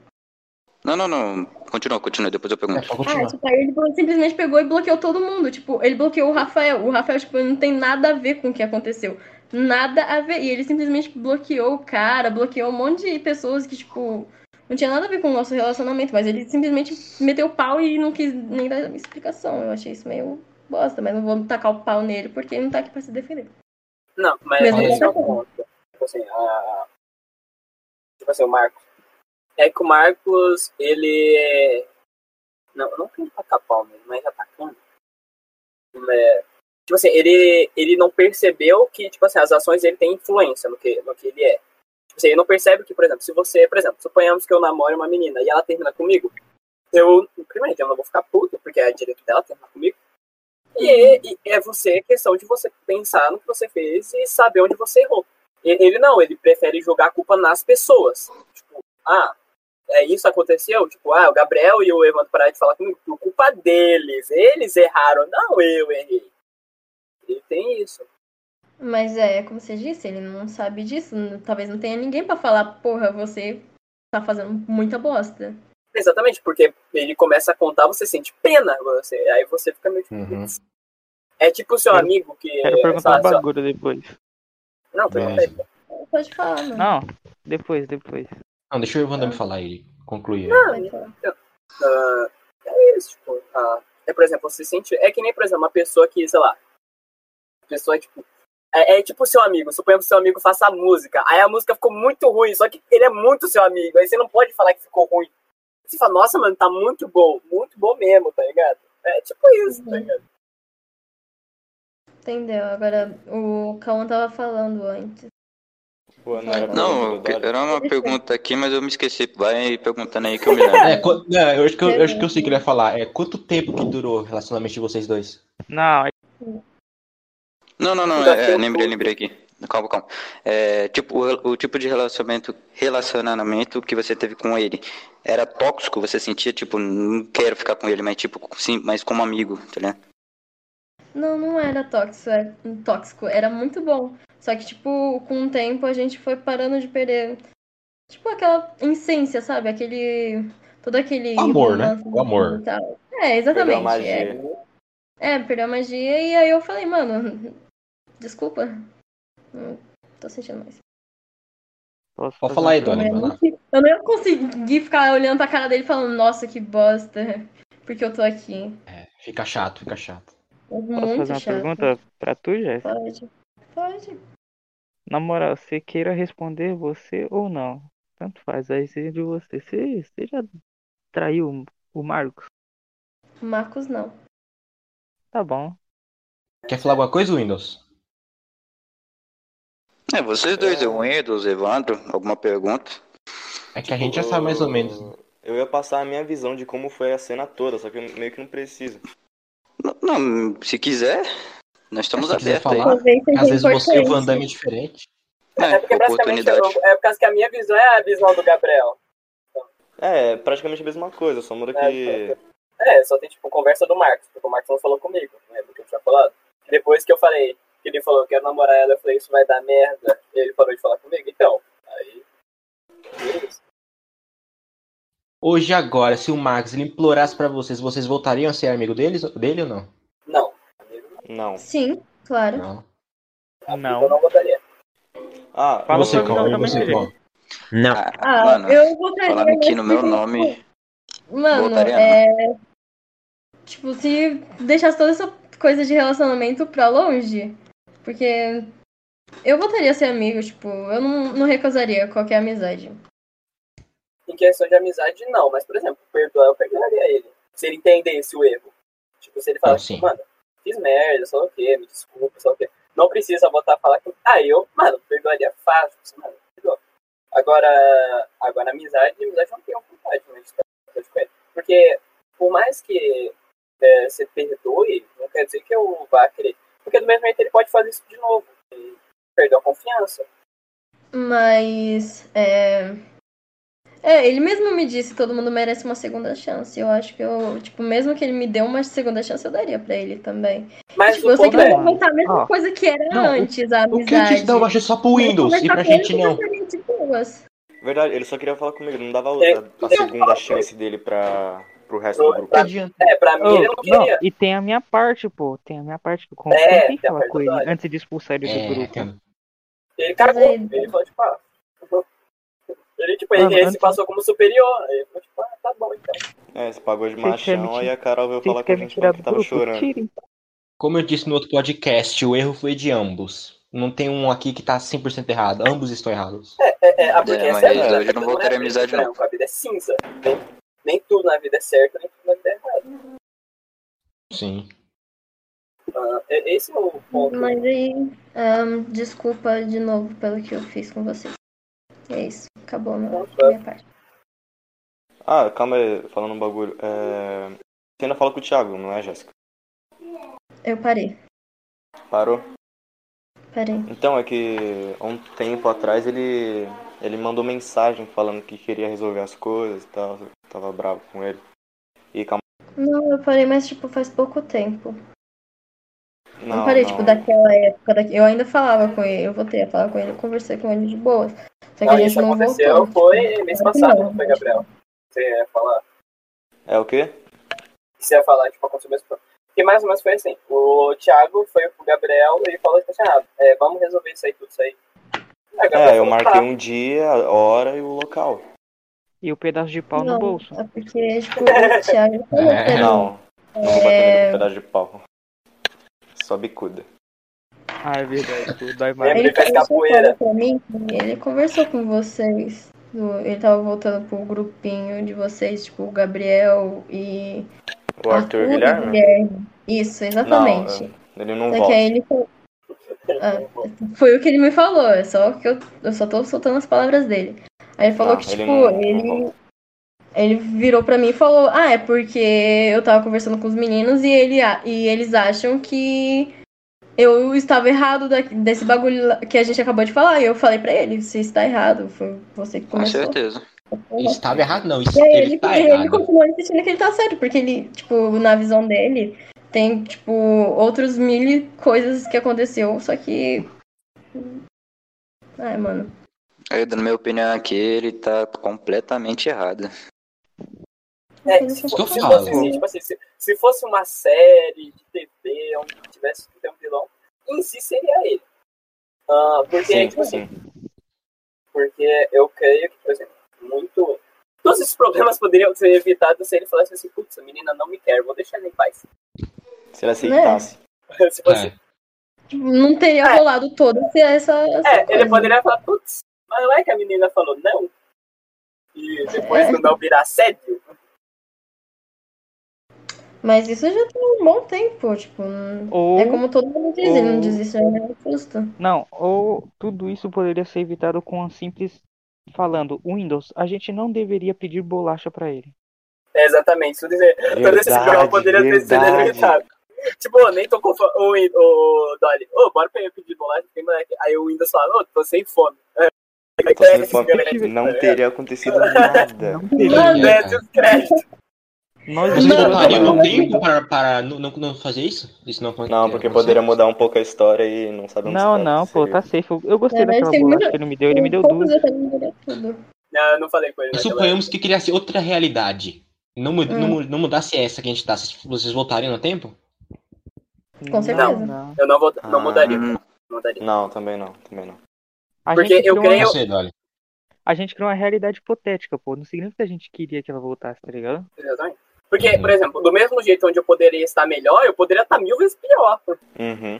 S6: Não, não, não. Continua, continua, depois eu
S1: É,
S6: pergunto.
S1: pode
S7: Ah,
S1: continuar.
S7: tipo, aí ele blo- simplesmente pegou e bloqueou todo mundo. Tipo, ele bloqueou o Rafael. O Rafael, tipo, não tem nada a ver com o que aconteceu. Nada a ver. E ele simplesmente bloqueou o cara, bloqueou um monte de pessoas que, tipo, não tinha nada a ver com o nosso relacionamento. Mas ele simplesmente meteu o pau e não quis nem dar explicação. Eu achei isso meio bosta, mas não vou tacar o pau nele porque ele não tá aqui pra se defender.
S4: Não, mas
S7: Mesmo
S4: esse é o
S7: assim.
S4: ponto. Tipo assim, a- tipo assim, o Marcos. É que o Marcos, ele. é, Não, eu não quero tacar pau nele, mas tá atacando. É, tipo assim, ele, ele não percebeu que, tipo assim, as ações dele têm influência no que, no que ele é. Tipo assim, ele não percebe que, por exemplo, se você, por exemplo, suponhamos que eu namoro uma menina e ela termina comigo, eu, primeiro, eu não vou ficar puto, porque é direito dela terminar comigo. E é, e é você, é questão de você pensar no que você fez e saber onde você errou. E- Ele não, ele prefere jogar a culpa nas pessoas. Tipo, ah, é isso aconteceu? Tipo, ah, o Gabriel e o Evandro pararam de falar comigo por culpa deles. Eles erraram, não eu errei. Ele tem isso.
S7: Mas é, como você disse, ele não sabe disso. Talvez não tenha ninguém pra falar, porra, você tá fazendo muita bosta.
S4: Exatamente, porque ele começa a contar, você sente pena. Você, aí você fica meio tipo.
S1: Uhum.
S4: É tipo o seu
S3: Quero-
S4: amigo que.
S3: Quero perguntar um
S4: sabe, só-
S3: bagulho depois.
S4: Não, pergunta aí.
S7: Pode falar, mano.
S3: Não, depois, depois.
S1: Não, deixa o Evandro me falar ele. Concluir.
S7: Pode falar.
S4: Ah, é isso, tipo, ah, é, por exemplo, você sente. É que nem, por exemplo, uma pessoa que, sei lá, a pessoa, tipo. É, é tipo seu amigo, suponhamos que seu amigo faça a música. Aí a música ficou muito ruim, só que ele é muito seu amigo. Aí você não pode falar que ficou ruim. Você fala, nossa, mano, tá muito bom, muito bom mesmo, tá ligado? É tipo isso, tá
S7: Uhum.
S4: ligado?
S7: Entendeu? Agora, o Cauã tava falando antes.
S5: Pô, não era pra
S7: Não,
S5: eu
S6: Não,
S5: ter dado.
S6: era uma pergunta aqui, mas eu me esqueci. Vai perguntando aí que eu me lembro.
S1: É, qu- não, eu acho, que eu, eu acho que eu sei o que ele vai falar. É quanto tempo que durou o relacionamento de vocês dois?
S3: Não,
S6: Não, não, não,
S4: Ainda
S6: é,
S4: tem
S6: é,
S4: um
S6: lembrei,
S4: ponto.
S6: lembrei aqui. Calma, calma. É, tipo, o, o tipo de relacionamento, relacionamento que você teve com ele era tóxico? Você sentia, tipo, não quero ficar com ele, mas tipo, sim, mas como amigo, tá ligado?
S7: Não, não era tóxico, era tóxico, era muito bom. Só que, tipo, com o tempo a gente foi parando de perder. Tipo, aquela essência, sabe? Aquele. Todo aquele.
S1: O amor, né?
S7: romance
S1: O amor.
S7: e tal. É,
S5: Perdeu a
S7: exatamente. É,
S5: magia.
S7: é, perdeu a magia. E aí eu falei, mano, desculpa. Não tô sentindo mais.
S3: posso
S1: Pode
S3: fazer
S1: falar aí,
S3: uma
S1: Dona.
S7: Eu
S1: vai lá.
S7: não, é eu não ia conseguir ficar olhando pra cara dele e falando, nossa, que bosta. Porque eu tô aqui.
S1: É, Fica chato, fica chato.
S3: Posso fazer
S7: Muito
S3: uma
S7: chato.
S3: pergunta pra tu, Jéssica?
S7: Pode. Pode.
S3: Na moral, você queira responder você ou não. Tanto faz, aí seja de você. Você, você já traiu o Marcos?
S7: Marcos não.
S3: Tá bom.
S1: Quer falar alguma coisa, Windows?
S6: É, vocês dois, o Windows, Evandro, alguma pergunta?
S1: É que a gente já sabe mais ou menos. né?
S5: Eu ia passar a minha visão de como foi a cena toda, só que eu meio que não preciso.
S6: Não, não, se quiser, nós estamos
S1: Se quiser
S6: abertos aí.
S1: falar,
S7: Talvez seja
S1: às vezes você e o Van
S7: importante.
S1: Damme é diferente.
S4: É porque
S6: É,
S4: basicamente
S6: oportunidade.
S4: eu- é por causa que a minha visão é a visão do Gabriel.
S5: É, é praticamente a mesma coisa, só muda que.
S4: É, só tem tipo conversa do Marcos, porque o Marcos não falou comigo, né? Do que eu tinha falado. Depois que eu falei, que ele falou que quero namorar ela, eu falei, isso vai dar merda. E ele parou de falar comigo, então. Aí. é isso.
S1: Hoje, agora, se o Max ele implorasse pra vocês, vocês voltariam a ser amigo deles, dele ou não?
S4: Não,
S5: Não.
S7: Sim, claro.
S1: Não.
S4: Então, eu
S3: Não.
S4: não votaria.
S5: Ah,
S3: Fala
S1: você, um
S3: pra mim,
S1: Cal,
S3: não,
S1: e você,
S3: também
S1: Cal?
S8: Não.
S6: Ah,
S7: Ah,
S6: mano,
S7: eu votaria.
S6: falando aqui
S7: mas
S6: no meu
S7: porque,
S6: nome,
S7: tipo, Mano,
S6: votaria
S7: é. Tipo, se deixasse toda essa coisa de relacionamento pra longe. Porque. Eu votaria a ser amigo, tipo, eu não, não recusaria qualquer amizade.
S4: Em questão de amizade, não, mas por exemplo, perdoar, eu perdoaria ele. Se ele entendesse o erro. Tipo, se ele
S1: Ah,
S4: falasse,
S1: sim.
S4: mano, fiz merda, sei lá o quê, me desculpa, sei lá o quê. Não precisa voltar a falar que. Ah, eu, mano, perdoaria fácil, assim, mano, perdoa. Agora, agora amizade, amizade eu não tenho vontade né, de estar com ele. Porque, por mais que é, você perdoe, não quer dizer que eu vá querer. Porque do mesmo jeito ele pode fazer isso de novo. E perdeu a confiança.
S7: Mas. É. É, ele mesmo me disse que todo mundo merece uma segunda chance. Eu acho que eu, tipo, mesmo que ele me dê uma segunda chance, eu daria pra ele também.
S4: Mas
S7: tipo, eu
S4: o
S7: sei que
S4: ponto
S7: não
S4: é,
S7: vai voltar a mesma
S3: Ó,
S7: coisa que era
S1: não, o-
S7: antes, a
S1: O que antes
S7: amizade.
S1: dava chance é só pro
S7: Mas
S1: Windows e
S7: conversar
S1: pra
S7: com ele, né?
S1: gente não.
S7: conversaria de boas.
S5: Verdade, ele só queria falar comigo, ele não dava
S4: É,
S5: outra, a segunda chance dele pra, pro resto do grupo.
S1: Não adianta.
S4: é, pra mim ele
S3: Ô,
S7: Oh,
S4: não queria.
S3: e tem a minha parte, pô. Tem a minha parte que eu
S4: É,
S3: confrontei
S4: tem
S3: e
S4: a
S3: falar
S4: parte
S3: com
S4: do
S3: ele
S4: Dória.
S3: antes de expulsar ele do
S1: É,
S3: grupo.
S1: cara.
S4: Ele é cagou.
S7: Mas aí-
S4: Ele falou, tipo, ah. Ele,
S5: Tá
S4: tipo,
S3: Mano,
S4: ele
S3: antes-
S4: se passou como superior. Ele falou, tipo, ah, tá bom então.
S5: É, se pagou de
S3: Vocês querem
S5: machão,
S3: me
S5: aí a Carol veio
S3: Vocês
S5: falar com a
S3: querem me
S5: gente
S3: tirar
S5: falando
S3: do
S5: que tava
S3: grupo?
S5: chorando.
S3: Tirem.
S1: Como eu disse no outro podcast, o erro foi de ambos. Não tem um aqui que tá 100% errado. Ambos estão errados.
S4: É, a
S6: É, mas
S4: burguesa é
S6: aí
S4: branca,
S6: hoje eu não
S4: todo
S6: vou
S4: mundo
S6: ter
S4: é
S6: amizade,
S4: branco, A vida é cinza. Nem, nem tudo na vida é certo, nem tudo na vida é errado.
S1: Sim.
S4: Ah, é- Esse é o ponto.
S7: Mas aí, ahn, desculpa de novo pelo que eu fiz com vocês. É isso, acabou meu- minha parte.
S5: Ah, calma aí, falando um bagulho. É... Você ainda fala com o Thiago, não é, Jéssica?
S7: Eu parei,
S5: Parou?
S7: parei.
S5: Então, é que há um tempo atrás ele ele mandou mensagem falando que queria resolver as coisas e tal, eu tava bravo com ele. E calma,
S7: Não, eu parei, mas tipo, faz pouco tempo.
S5: não,
S7: Não, parei,
S5: não.
S7: tipo, daquela época. daqui- Eu ainda falava com ele, eu voltei a falar com ele, eu conversei com ele de boas. Só é que
S4: Não,
S7: a gente
S4: isso
S7: não
S4: aconteceu
S7: voltou.
S4: foi mês
S7: Claro que
S4: passado,
S7: não.
S4: não foi, Gabriel? Você ia falar,
S5: É o quê?
S4: você ia falar, tipo, aconteceu mesmo. Porque mais ou menos foi assim, o Thiago foi pro Gabriel e falou, tipo assim, ah, é, vamos resolver isso aí, tudo isso aí. Aí o Gabriel
S5: É, eu
S4: falou,
S5: marquei
S4: tá.
S5: um dia, a hora e o local.
S3: E o pedaço de pau
S7: Não.
S3: no bolso.
S7: É porque, tipo, o Thiago falou né? É,
S1: É.
S7: pra mim.
S5: Não, não vou bater nele com um pedaço de pau. Só bicuda.
S3: Ah, é verdade. pô,
S5: um
S3: Dói mais.
S4: Lembra,
S7: Ele
S4: ele faz
S7: conversou
S4: capoeira.
S7: pra mim, ele conversou com vocês. do- Ele tava voltando pro grupinho de vocês, tipo, o Gabriel e
S5: O Arthur,
S7: e
S5: Guilherme?
S7: Guilherme. Isso, exatamente.
S5: Não, Ele não
S7: Só que
S5: volta.
S7: aí ele falou- ah, foi o que ele me falou, é só que eu, eu só tô soltando as palavras dele. Aí ele falou
S5: Não,
S7: que,
S5: Ah, ele
S7: tipo,
S5: não- não
S7: ele,
S5: volta.
S7: ele virou pra mim e falou, ah, é porque eu tava conversando com os meninos e, ele, a- e eles acham que eu estava errado da- desse bagulho lá- que a gente acabou de falar. E eu falei pra ele, você está errado, foi você que
S6: Com
S7: começou.
S6: certeza.
S1: Estava errado, não.
S7: E aí
S1: Ele
S7: ele,
S1: tá
S7: ele
S1: errado.
S7: continua insistindo que ele tá certo, porque ele, tipo, na visão dele, tem, tipo, outros mil e coisas que aconteceu, só que. Ai, mano.
S6: Aí, dando minha opinião aqui, ele tá completamente errado.
S4: É, se,
S1: que eu
S4: for, se
S1: falo.
S4: fosse assim, tipo assim, se, se fosse uma série de TV onde tivesse que ter um vilão, em si seria ele. Ah, porque,
S5: Sim,
S4: tipo assim,
S5: sim.
S4: Porque eu creio que, por exemplo, muito. Todos esses problemas poderiam ser evitados se ele falasse assim: putz, a menina não me quer, vou deixar ela em paz.
S7: né?
S5: Se ele aceitasse.
S4: se fosse...
S7: assim.
S1: É.
S7: Não teria
S4: É.
S7: rolado todo se essa. essa
S4: É,
S7: coisa.
S4: ele poderia falar: putz, mas não é que a menina falou não? E depois
S7: É.
S4: do não virar assédio?
S7: Mas isso já tem um bom tempo, tipo. não-
S3: Ou.
S7: É como todo mundo diz, ele não
S3: ou-
S7: diz isso, ele não custa.
S3: Não, ou tudo isso poderia ser evitado com um simples. Falando, Windows, a gente não deveria pedir bolacha pra ele.
S4: É, exatamente. Tudo isso, todo esse problema poderia ter sido evitado. Tipo, ô, nem tô com fome. Ô, Win- ô, Dolly, ô, bora pra eu pedir bolagem, porque, moleque. Aí o Windows fala: ô, tô sem fome. É,
S5: Tô sem
S4: esse
S5: fome.
S4: crédito,
S5: Não
S4: tá ligado?
S5: teria acontecido nada.
S3: Não
S7: Hum,
S1: Mano,
S3: teria.
S4: É, esse crédito.
S3: Nós
S1: Vocês
S7: Mano,
S3: ignoramos a
S1: voltariam no
S3: palavra
S7: mas-
S1: tempo
S3: Windows.
S1: para, para não, não, não fazer isso? Isso não acontece.
S5: Não, porque poderia mudar um pouco a história e não sabe onde
S3: Não,
S5: tá-
S3: não, pô,
S5: seria.
S3: tá safe. Eu, eu gostei
S7: É, mas
S3: daquela
S7: tem
S3: bolacha
S7: muita-
S3: que ele me deu, ele me deu
S7: Poucos
S3: duas.
S7: detalhes mudaria tudo.
S4: Não, eu não falei com ele
S1: E
S4: naquela época.
S1: suponhamos que criasse outra realidade. Não, mu-
S7: Hum.
S1: não, mu- não mudasse essa que a gente tá. Vocês- Vocês voltariam no tempo?
S7: Com
S3: Não,
S7: certeza.
S3: não.
S4: Eu não, vou, não
S5: Ah.
S4: mudaria.
S6: Hum,
S4: Não mudaria.
S5: Não, também não, também não.
S3: A
S4: Porque
S3: gente
S4: eu
S3: criou
S4: creio-
S3: uma,
S1: Você, Dolly.
S3: a gente criou uma realidade hipotética, pô. Não significa que a gente queria que ela voltasse, tá ligado?
S4: Exatamente. Porque,
S1: Uhum.
S4: por exemplo, do mesmo jeito onde eu poderia estar melhor, eu poderia estar mil vezes pior. Por
S5: Uhum.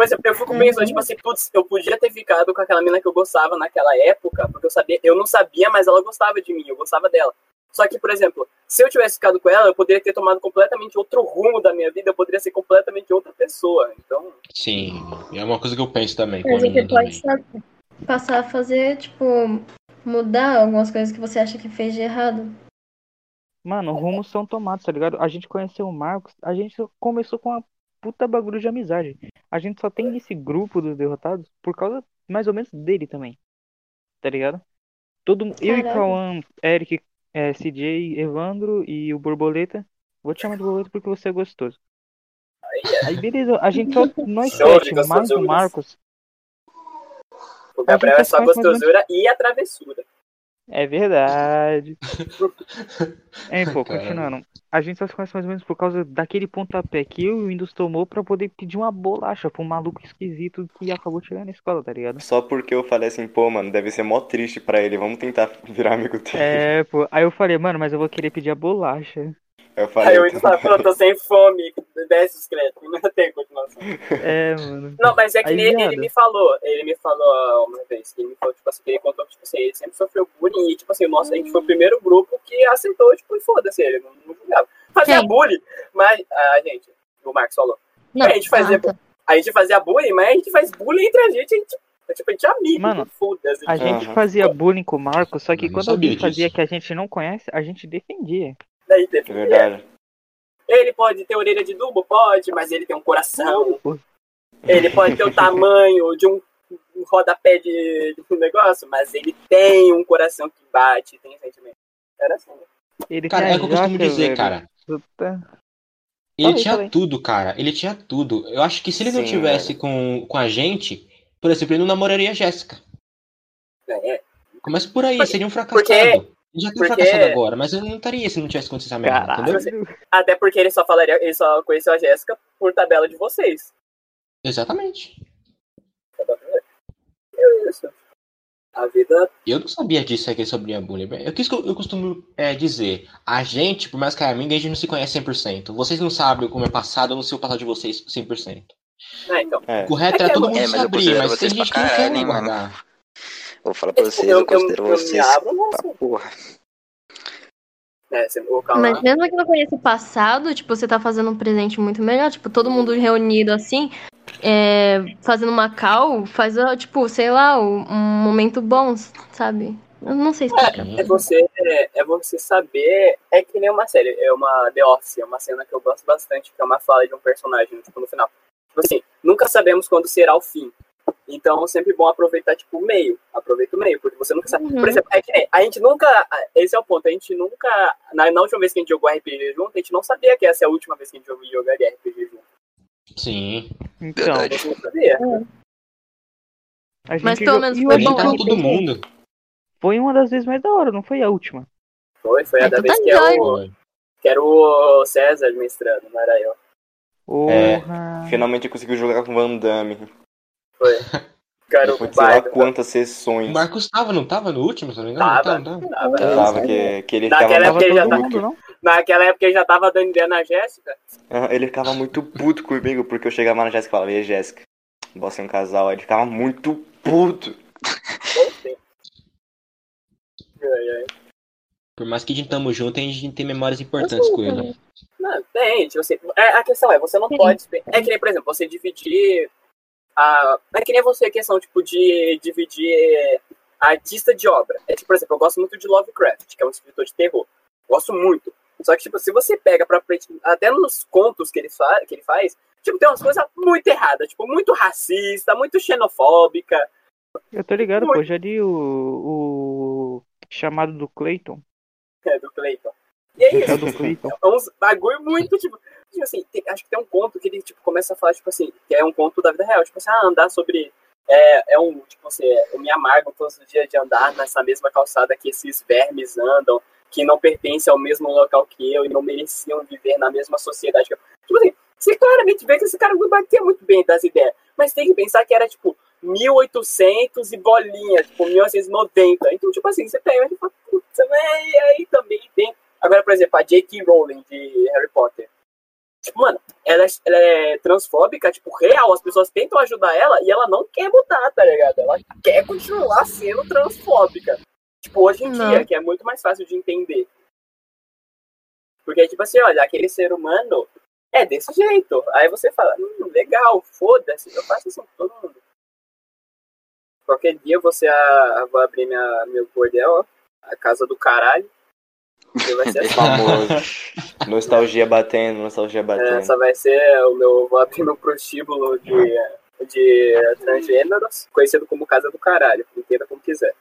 S4: exemplo, eu fico pensando, tipo assim, putz, eu podia ter ficado com aquela mina que eu gostava naquela época, porque eu sabia, eu não sabia, mas ela gostava de mim, eu gostava dela. Só que, por exemplo, se eu tivesse ficado com ela, eu poderia ter tomado completamente outro rumo da minha vida, eu poderia ser completamente outra pessoa. Então,
S1: Sim. É uma coisa que eu penso também.
S7: Mas
S1: Quando
S7: você
S1: não
S7: pode
S1: também.
S7: sabe, passar a fazer, tipo, mudar algumas coisas que você acha que fez de errado.
S3: Mano, rumos são tomados, tá ligado? A gente conheceu o Marcos, a gente só começou com uma puta bagulho de amizade. A gente só tem esse grupo dos derrotados por causa mais ou menos dele também, tá ligado? Todo, mu- eu e
S7: Caraca.
S3: Cauã, Eric, é, CJ, Evandro e o Borboleta. Vou te chamar de Borboleta porque você é gostoso. Aí beleza, a gente só. Nós
S4: Não,
S3: sete,
S4: gostoso
S3: mais o
S4: mesmo.
S3: Marcos.
S4: O Gabriel
S3: A gente
S4: é só a
S3: faz mais ou menos-
S4: gostosura e a travessura.
S3: É verdade. Hein, pô,
S1: Caralho.
S3: continuando. A gente só se conhece mais ou menos por causa daquele pontapé que eu e o Windows tomou pra poder pedir uma bolacha pro maluco esquisito que acabou de chegar na escola, tá ligado?
S5: Só porque eu falei assim, pô, mano, deve ser mó triste pra ele, vamos tentar virar amigo dele.
S3: É, pô. Aí eu falei, mano, mas eu vou querer pedir a bolacha.
S5: Eu
S4: Aí
S5: falei, "Tá,
S4: o Indo fala, pronto, tô sem fome, desce os créditos, não tem continuação.
S3: É, mano.
S4: Não, mas é que
S3: Aí,
S4: ele,
S3: viado.
S4: ele me falou, ele me falou uma vez, que ele me falou, tipo assim, que ele contou que tipo assim, ele sempre sofreu bullying e, tipo assim, nossa, a gente foi o primeiro grupo que aceitou, tipo, e foda-se, ele não, não julgava. Fazia
S7: Quem?
S4: bullying, mas, a gente, o Marcos falou,
S7: Não,
S4: É, a gente fazia-
S7: ah, tá.
S4: a gente fazia bullying, mas a gente faz bullying entre a gente, a gente, tipo, a gente é amigo,
S3: Mano,
S4: não foda-se.
S3: A gente
S5: Aham.
S3: fazia bullying com o Marcos, só que
S1: Eu não
S3: quando
S1: sabia
S3: alguém fazia
S1: disso.
S3: que a gente não conhece, a gente defendia.
S4: Daí teve-
S5: É verdade.
S4: Ele pode ter orelha de dubo? Pode, mas ele tem um coração.
S3: Pô,
S4: Ele pode ter o tamanho de um, um rodapé de, de um negócio, mas ele tem um coração que bate, tem sentimento. Era assim.
S3: Ele
S1: Cara,
S3: tem
S1: é
S3: a
S1: o que eu costumo
S3: jaca,
S1: dizer,
S3: velho.
S7: Tá
S1: cara.
S3: Puta.
S1: Ele
S3: Fala aí,
S1: tinha
S3: fala aí.
S1: tudo, cara. Ele tinha tudo. Eu acho que se ele não
S5: Sim,
S1: tivesse com, com a gente, por exemplo, ele não namoraria a Jéssica.
S4: É,
S1: Começa por aí, seria um fracassado.
S4: porque-
S1: Ele já tem um
S4: porque-
S1: fracassado agora, mas ele não estaria se não tivesse acontecido essa merda, entendeu?
S3: Caralho.
S4: Até porque ele só falaria, ele só conheceu a Jéssica por tabela de vocês.
S1: Exatamente.
S4: É Isso. A vida.
S1: Eu não sabia disso aqui sobre a bullying. É o que isso que eu, eu costumo é, dizer. A gente, por mais que é amiga, a gente não se conhece 100%. Vocês não sabem como é passado, eu não sei o passado de vocês 100%.
S4: Ah, então.
S5: É.
S1: O correto
S4: É
S1: é,
S4: que é
S1: todo
S4: bom.
S1: mundo
S6: É, mas eu
S1: saber,
S6: considero
S1: mas tem
S6: vocês
S1: gente que
S6: pra
S1: não quer
S6: caralho, hein, mano.
S1: guardar.
S6: Vou falar
S4: É,
S6: pra
S4: tipo,
S6: vocês,
S4: eu,
S6: eu
S4: eu,
S6: considero
S4: eu me
S6: vocês
S4: abro, assim. não
S6: pra
S4: sei.
S6: porra.
S4: É, se- o Cauã-
S7: Mas mesmo que não conheça o passado, tipo, você tá fazendo um presente muito melhor, tipo, todo mundo reunido assim, é, fazendo uma cal, faz, ó, tipo, sei lá, um um momento bom, sabe? Eu não sei explicar.
S4: É você, é, é você saber. É que nem uma série, é uma The Office, é uma cena que eu gosto bastante, que é uma fala de um personagem, tipo, no final. Tipo assim, nunca sabemos quando será o fim. Então, sempre bom aproveitar, tipo, o meio. Aproveita o meio, porque você nunca sabe.
S7: Uhum.
S4: Por exemplo, é que nem, a gente nunca. Esse é o ponto, a gente nunca. Na, na última vez que a gente jogou RPG junto, a gente não sabia que essa é a última vez que a gente jogou- jogaria RPG junto.
S6: É.
S1: Sim.
S3: Então,
S4: A gente não sabia.
S3: a gente
S7: Mas pelo menos
S3: e
S7: foi
S1: Eu
S3: hoje
S7: bom,
S1: tava
S7: né?
S1: todo mundo.
S3: Foi uma das vezes mais da hora, não foi a última.
S4: Foi, foi a
S7: É,
S4: da
S7: tu
S4: vez
S7: tá
S4: que era o,
S1: Foi.
S4: que era o César administrando, não era eu.
S3: Porra.
S5: Finalmente conseguiu jogar com o Van Damme.
S4: Foi. Que era o
S5: Depois de sei lá
S4: Biden,
S5: quantas
S1: O
S5: sessões
S1: Marcos tava, não tava no último, se eu não me engano?
S4: Tava.
S1: Não tava, não tava.
S4: tava.
S5: que tava, que, que ele
S4: Naquela
S5: ficava
S3: Tava
S4: época ele já
S3: todo
S4: tá-
S3: mundo, não?
S4: Naquela época ele já tava dando ideia na Jéssica.
S5: Ah, Ele ficava muito puto comigo, porque eu chegava na Jéssica e falava, e aí, Jéssica, bora ser um casal. Aí Ele ficava muito puto.
S4: Bom tempo. Ai, ai.
S1: Por mais que a gente tamo junto, a gente tem memórias importantes com
S4: né?
S1: ele.
S4: Não, tem, tipo assim, é, a questão é, você não
S7: Sim.
S4: pode. É que nem, por exemplo, você dividir. A, é que nem você a questão, tipo, de dividir é, artista de obra. É tipo, por exemplo, eu gosto muito de Lovecraft, que é um escritor de terror. Gosto muito. Só que, tipo, se você pega pra frente, até nos contos que ele, fa que ele faz, tipo, tem umas coisas muito erradas, tipo, muito racista, muito xenofóbica.
S3: Eu tô ligado, pô.
S4: Muito.
S3: eu Já li o, o chamado do Clayton.
S4: É, do Clayton. E é
S3: É
S4: isso.
S3: o do Clayton.
S4: É uns bagulho muito, tipo. tipo assim, tem- acho que tem um conto que ele tipo, começa a falar, tipo assim, que é um conto da vida real, tipo assim, ah, andar sobre. É, é um, tipo assim, é, eu me amargo todos os dias de andar nessa mesma calçada que esses vermes andam, que não pertencem ao mesmo local que eu e não mereciam viver na mesma sociedade que eu. Tipo assim, você claramente vê que esse cara não batia muito bem das ideias, mas tem que pensar que era, tipo, 1800 e bolinha, tipo, 1990. Então, tipo assim, você pega e fala, putz, mas e aí também tem Agora, por exemplo, a J.K. Rowling de Harry Potter. Tipo, mano, ela, é- ela é transfóbica, tipo, real. As pessoas tentam ajudar ela e ela não quer mudar, tá ligado? Ela quer continuar sendo transfóbica. Tipo, hoje em
S7: Não.
S4: dia, que é muito mais fácil de entender. Porque, tipo assim, olha, aquele ser humano é desse jeito. Aí você fala, hum, legal, foda-se, eu faço isso com todo mundo. Qualquer dia você a, vou abrir minha, meu bordel, ó, a casa do caralho. Você vai ser assim.
S5: Famoso. nostalgia batendo, nostalgia
S4: É,
S5: batendo.
S4: Essa vai ser o meu vou abrir meu prostíbulo de,
S5: É,
S4: de transgêneros, conhecido como Casa do Caralho. Entenda como quiser.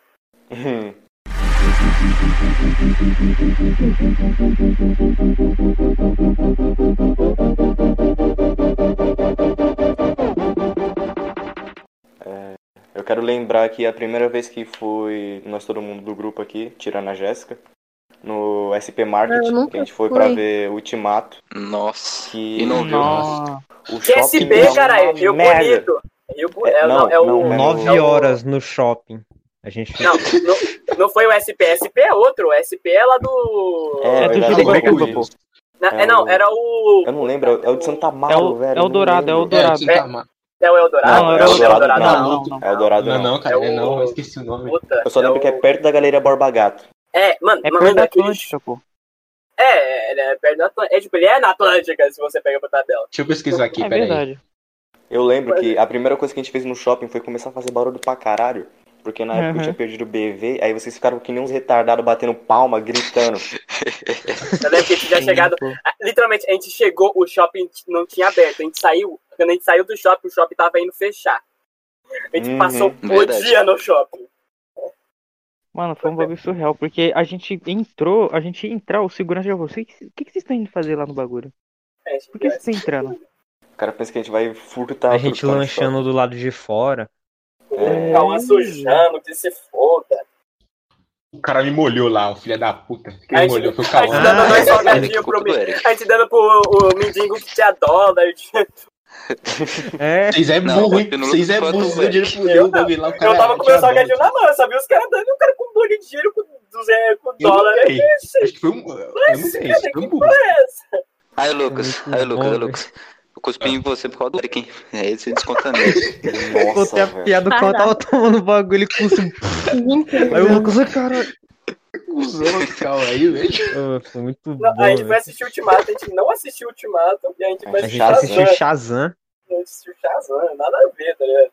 S5: Eu quero lembrar que a primeira vez que fui nós todo mundo do grupo aqui, tirando a Jéssica, no SP Market,
S7: Eu nunca
S5: que a gente foi pra
S7: fui.
S5: ver Ultimato,
S6: Nossa.
S5: que
S6: E não viu.
S3: Nossa.
S5: o
S4: Que
S5: shopping é
S4: SB,
S5: uma
S4: caralho, Rio
S5: merda.
S4: Bonito. Rio Bu-
S5: É,
S4: é,
S5: não,
S4: não, é
S5: não,
S4: o.
S5: é
S4: é
S8: 9
S4: o-
S8: horas no shopping. A gente
S4: Não, não, não foi o SP. SP é outro. O SP é lá do.
S5: É,
S3: É do
S5: eu já
S3: Júlio
S5: não
S3: Greco,
S5: lembro
S3: pô.
S5: disso.
S4: Na- é, não, era o.
S5: Eu não lembro, é o de Santa Amaro,
S3: É o-
S5: velho.
S3: é o
S5: eu não
S3: Dourado, é o
S5: lembro.
S1: É,
S3: Dourado.
S1: você tá mal.
S4: É o Eldorado?
S3: Não,
S4: é
S3: era
S4: o
S3: o
S4: Eldorado.
S5: Dourado,
S4: não.
S3: não, não.
S5: É o Dourado,
S1: Não,
S5: não.
S1: não, cara,
S4: É
S1: não é
S4: o-
S1: não, eu esqueci o nome.
S4: Puta,
S5: Eu só lembro
S4: o-
S5: que é perto da Galeria Borba Gato.
S4: É, mano,
S3: É
S4: mas,
S3: perto
S4: mano,
S3: da
S4: aquele-
S3: Atlântica, pô.
S4: É, ele é perto da Atlântica. É, tipo, ele é na Atlântica, se você pega pra tabela.
S1: Deixa eu pesquisar aqui,
S3: é
S1: peraí.
S3: verdade.
S5: Eu lembro
S4: Pois
S5: que a primeira coisa que a gente fez no shopping foi começar a fazer barulho pra caralho. Porque na época eu
S3: Uhum.
S5: tinha perdido o BV, aí vocês ficaram que nem uns retardados batendo palma, gritando.
S4: Eu lembro que a gente tinha chegado.
S3: Pô.
S4: ah, Literalmente, a gente chegou, o shopping não tinha aberto. A gente saiu. Quando a gente saiu do shopping, o shopping tava indo fechar. A gente
S5: Uhum,
S4: passou o
S6: verdade.
S4: dia no shopping.
S3: Mano, foi um bagulho surreal, porque a gente entrou, a gente ia entrar, o segurança já falou, "Cê- o que, que vocês estão indo fazer lá no bagulho?
S4: É, gente,
S3: Por que vocês estão entrando?
S5: O cara pensa que a gente vai furtar
S8: a gente
S5: furtar no
S8: lanchando do lado de fora.
S5: É.
S4: Calma sujando, que se foda.
S1: O cara me molhou lá, o filho da puta.
S4: A
S1: Quem
S4: gente-
S1: molhou foi o
S4: A gente
S1: Cauã.
S4: dando dois salgadinhos
S6: culpa
S4: pro
S6: do
S4: mendigo.
S6: Eric.
S4: A gente dando pro o mendigo que tinha dólar.
S8: É,
S1: Vocês é
S6: Não,
S1: burro, hein?
S6: continua
S1: Vocês é
S6: enquanto
S1: burro,
S6: vai.
S1: seu dinheiro fudeu o bagulho lá. O cara
S4: eu tava com o
S1: É, tinha
S4: meu salgadinho
S1: dólar.
S4: na mão, eu sabia? Os caras dando e o cara com um bolinho de dinheiro com, 200, com
S1: Eu
S4: dólar.
S1: não
S4: né?
S1: sei. Acho que foi um. Eu não
S4: Mas,
S1: sei,
S4: cara,
S1: isso foi um
S4: que
S1: burro.
S4: porra é essa?
S6: Aí, Lucas.
S8: Muito
S6: Aí, Lucas.
S8: bom,
S6: Aí, Lucas. Eu cuspi em você por causa do Eric, hein? É Aí você descontamina.
S5: shopping.
S8: contei
S5: Nossa,
S8: a
S5: velho.
S8: piada quando eu tava tomando o bagulho com o Aí o Lucas, "Ai, cara.
S1: Cusão esse Cauã aí, velho.
S8: Ah, Foi muito
S4: Não,
S8: bom.
S4: a gente
S8: velho.
S4: vai assistir Ultimato, a gente não assistiu Ultimato e a gente vai
S5: A
S8: A
S5: gente
S8: gente tá
S4: assistir
S5: Shazam.
S4: Shazam. né?
S8: assistiu Shazam.
S4: A gente assistiu Shazam, nada a ver, tá ligado?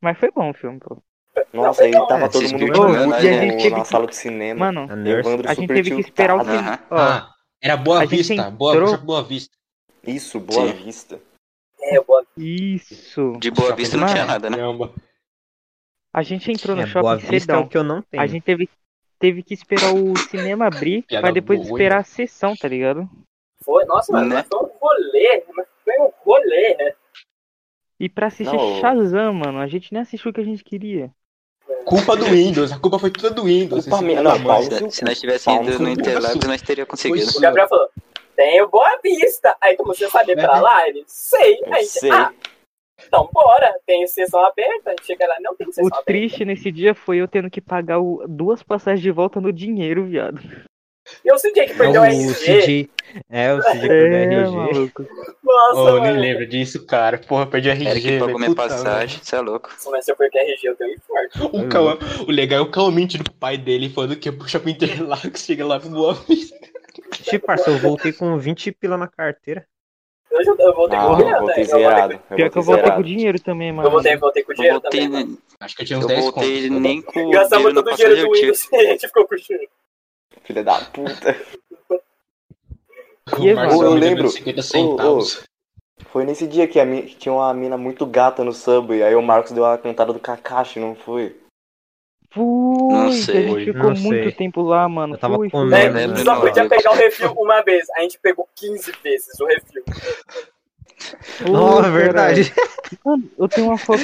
S3: Mas foi bom o filme, pô.
S5: Nossa, aí
S4: Não,
S5: tava
S8: é,
S5: todo
S6: vocês
S5: mundo
S6: viram,
S3: um
S6: né,
S5: gritando no-
S6: e a gente
S3: teve
S5: na
S3: que-
S5: sala do cinema.
S3: Mano,
S8: A nurse.
S5: Evandro
S3: a gente
S5: super
S3: teve que esperar o
S5: tiltado.
S3: filme.
S6: Aham.
S3: Ó,
S1: Ah, era Boa
S3: A gente
S1: Vista. Boa,
S3: entrou-
S1: puxa Boa Vista.
S5: Isso, Boa
S6: Sim.
S5: Vista.
S4: É, boa.
S3: isso.
S6: De boa
S1: Shopping
S6: vista não
S1: do
S6: tinha
S3: Mano.
S6: nada, né?
S1: Caramba.
S3: A gente entrou no
S8: É, Boa
S3: shopping
S8: Vista é o
S3: cedão.
S8: que eu não
S3: A
S8: tenho.
S3: gente teve, teve que esperar o cinema abrir
S1: Piada
S3: pra depois
S1: boa,
S3: esperar
S1: hein?
S3: a sessão, tá ligado?
S4: Foi, nossa, mano,
S6: Né?
S4: mas foi um rolê, mas foi um rolê, né?
S3: E pra assistir
S5: Não, o-
S3: Shazam, mano, a gente nem assistiu o que a gente queria.
S1: Culpa do Windows, a culpa foi toda do Windows.
S5: Culpa
S1: esse
S5: minha-
S1: filho da
S5: não,
S1: mãe.
S5: Paulo.
S6: Se, se nós tivéssemos
S5: Palma
S6: ido
S1: no
S6: no
S1: cu.
S6: Interlagos, nós teríamos conseguido.
S1: Pois
S4: O Gabriel falou, tenho boa vista. Aí como você sabe pra lá, ele, sei.
S5: Eu
S4: Aí, a gente,
S5: sei.
S4: ah, então bora, tem sessão aberta. A gente chega lá, não tem
S3: O
S4: sessão aberta.
S3: triste nesse dia foi eu tendo que pagar o- duas passagens de volta no dinheiro, viado.
S4: E o CJ que
S8: É
S4: perdeu a
S8: o
S4: RG.
S8: CJ. É o CJ que perdeu a RG.
S3: maluco.
S4: Nossa,
S1: Oh, eu nem
S4: mano.
S1: lembro disso, cara. Porra, perdi a RG,
S6: Eric
S1: velho.
S6: pagou minha
S1: é. Puta
S6: passagem. Você é louco.
S4: Mas se eu perder a RG, eu tenho um infarto.
S1: merda. O, Cauã, o legal é o Cauã mentindo pro pai dele, falando que puxa pro Interlagos, chega lá pro Boa Vista.
S8: Tipo, parceiro, eu voltei com 20 pila na carteira.
S4: Hoje eu, eu voltei
S5: Não,
S4: com
S5: Ah, eu
S4: grana, né? Eu
S5: voltei
S4: voltei
S5: zerado.
S4: com-
S5: Eu
S3: Pior que
S5: voltei
S3: eu voltei com
S5: zerado.
S3: dinheiro também, mano.
S4: Eu voltei, voltei com
S6: Eu
S4: dinheiro
S6: voltei,
S4: também, mano.
S1: Acho que eu tinha uns
S6: eu
S1: 10
S6: voltei
S1: contos.
S6: nem com o
S4: Gastamos
S6: dedo na
S4: todo o dinheiro
S6: passagem
S4: do
S6: eu tive.
S4: Windows e a gente ficou com o dinheiro.
S5: Filha da puta.
S1: O
S5: Ô, eu
S1: Marcelo me
S5: lembro.
S1: devendo 50 centavos.
S5: Foi nesse dia que a mi- que tinha uma mina muito gata no subway. Aí o Marcos deu a cantada do Kakashi, não foi?
S3: Fui,
S6: Não
S3: que a
S6: sei.
S3: gente ficou
S8: Não
S3: muito
S8: sei.
S3: tempo lá, mano.
S8: Eu tava
S3: fui, fui.
S8: comendo.
S6: Não lembro
S4: É, só
S6: não,
S4: podia
S6: Lucas.
S4: pegar o refil uma vez. A gente pegou 15 vezes o refil.
S3: Ô,
S8: Não, é
S3: caralho.
S8: verdade.
S3: Mano, eu tenho uma foto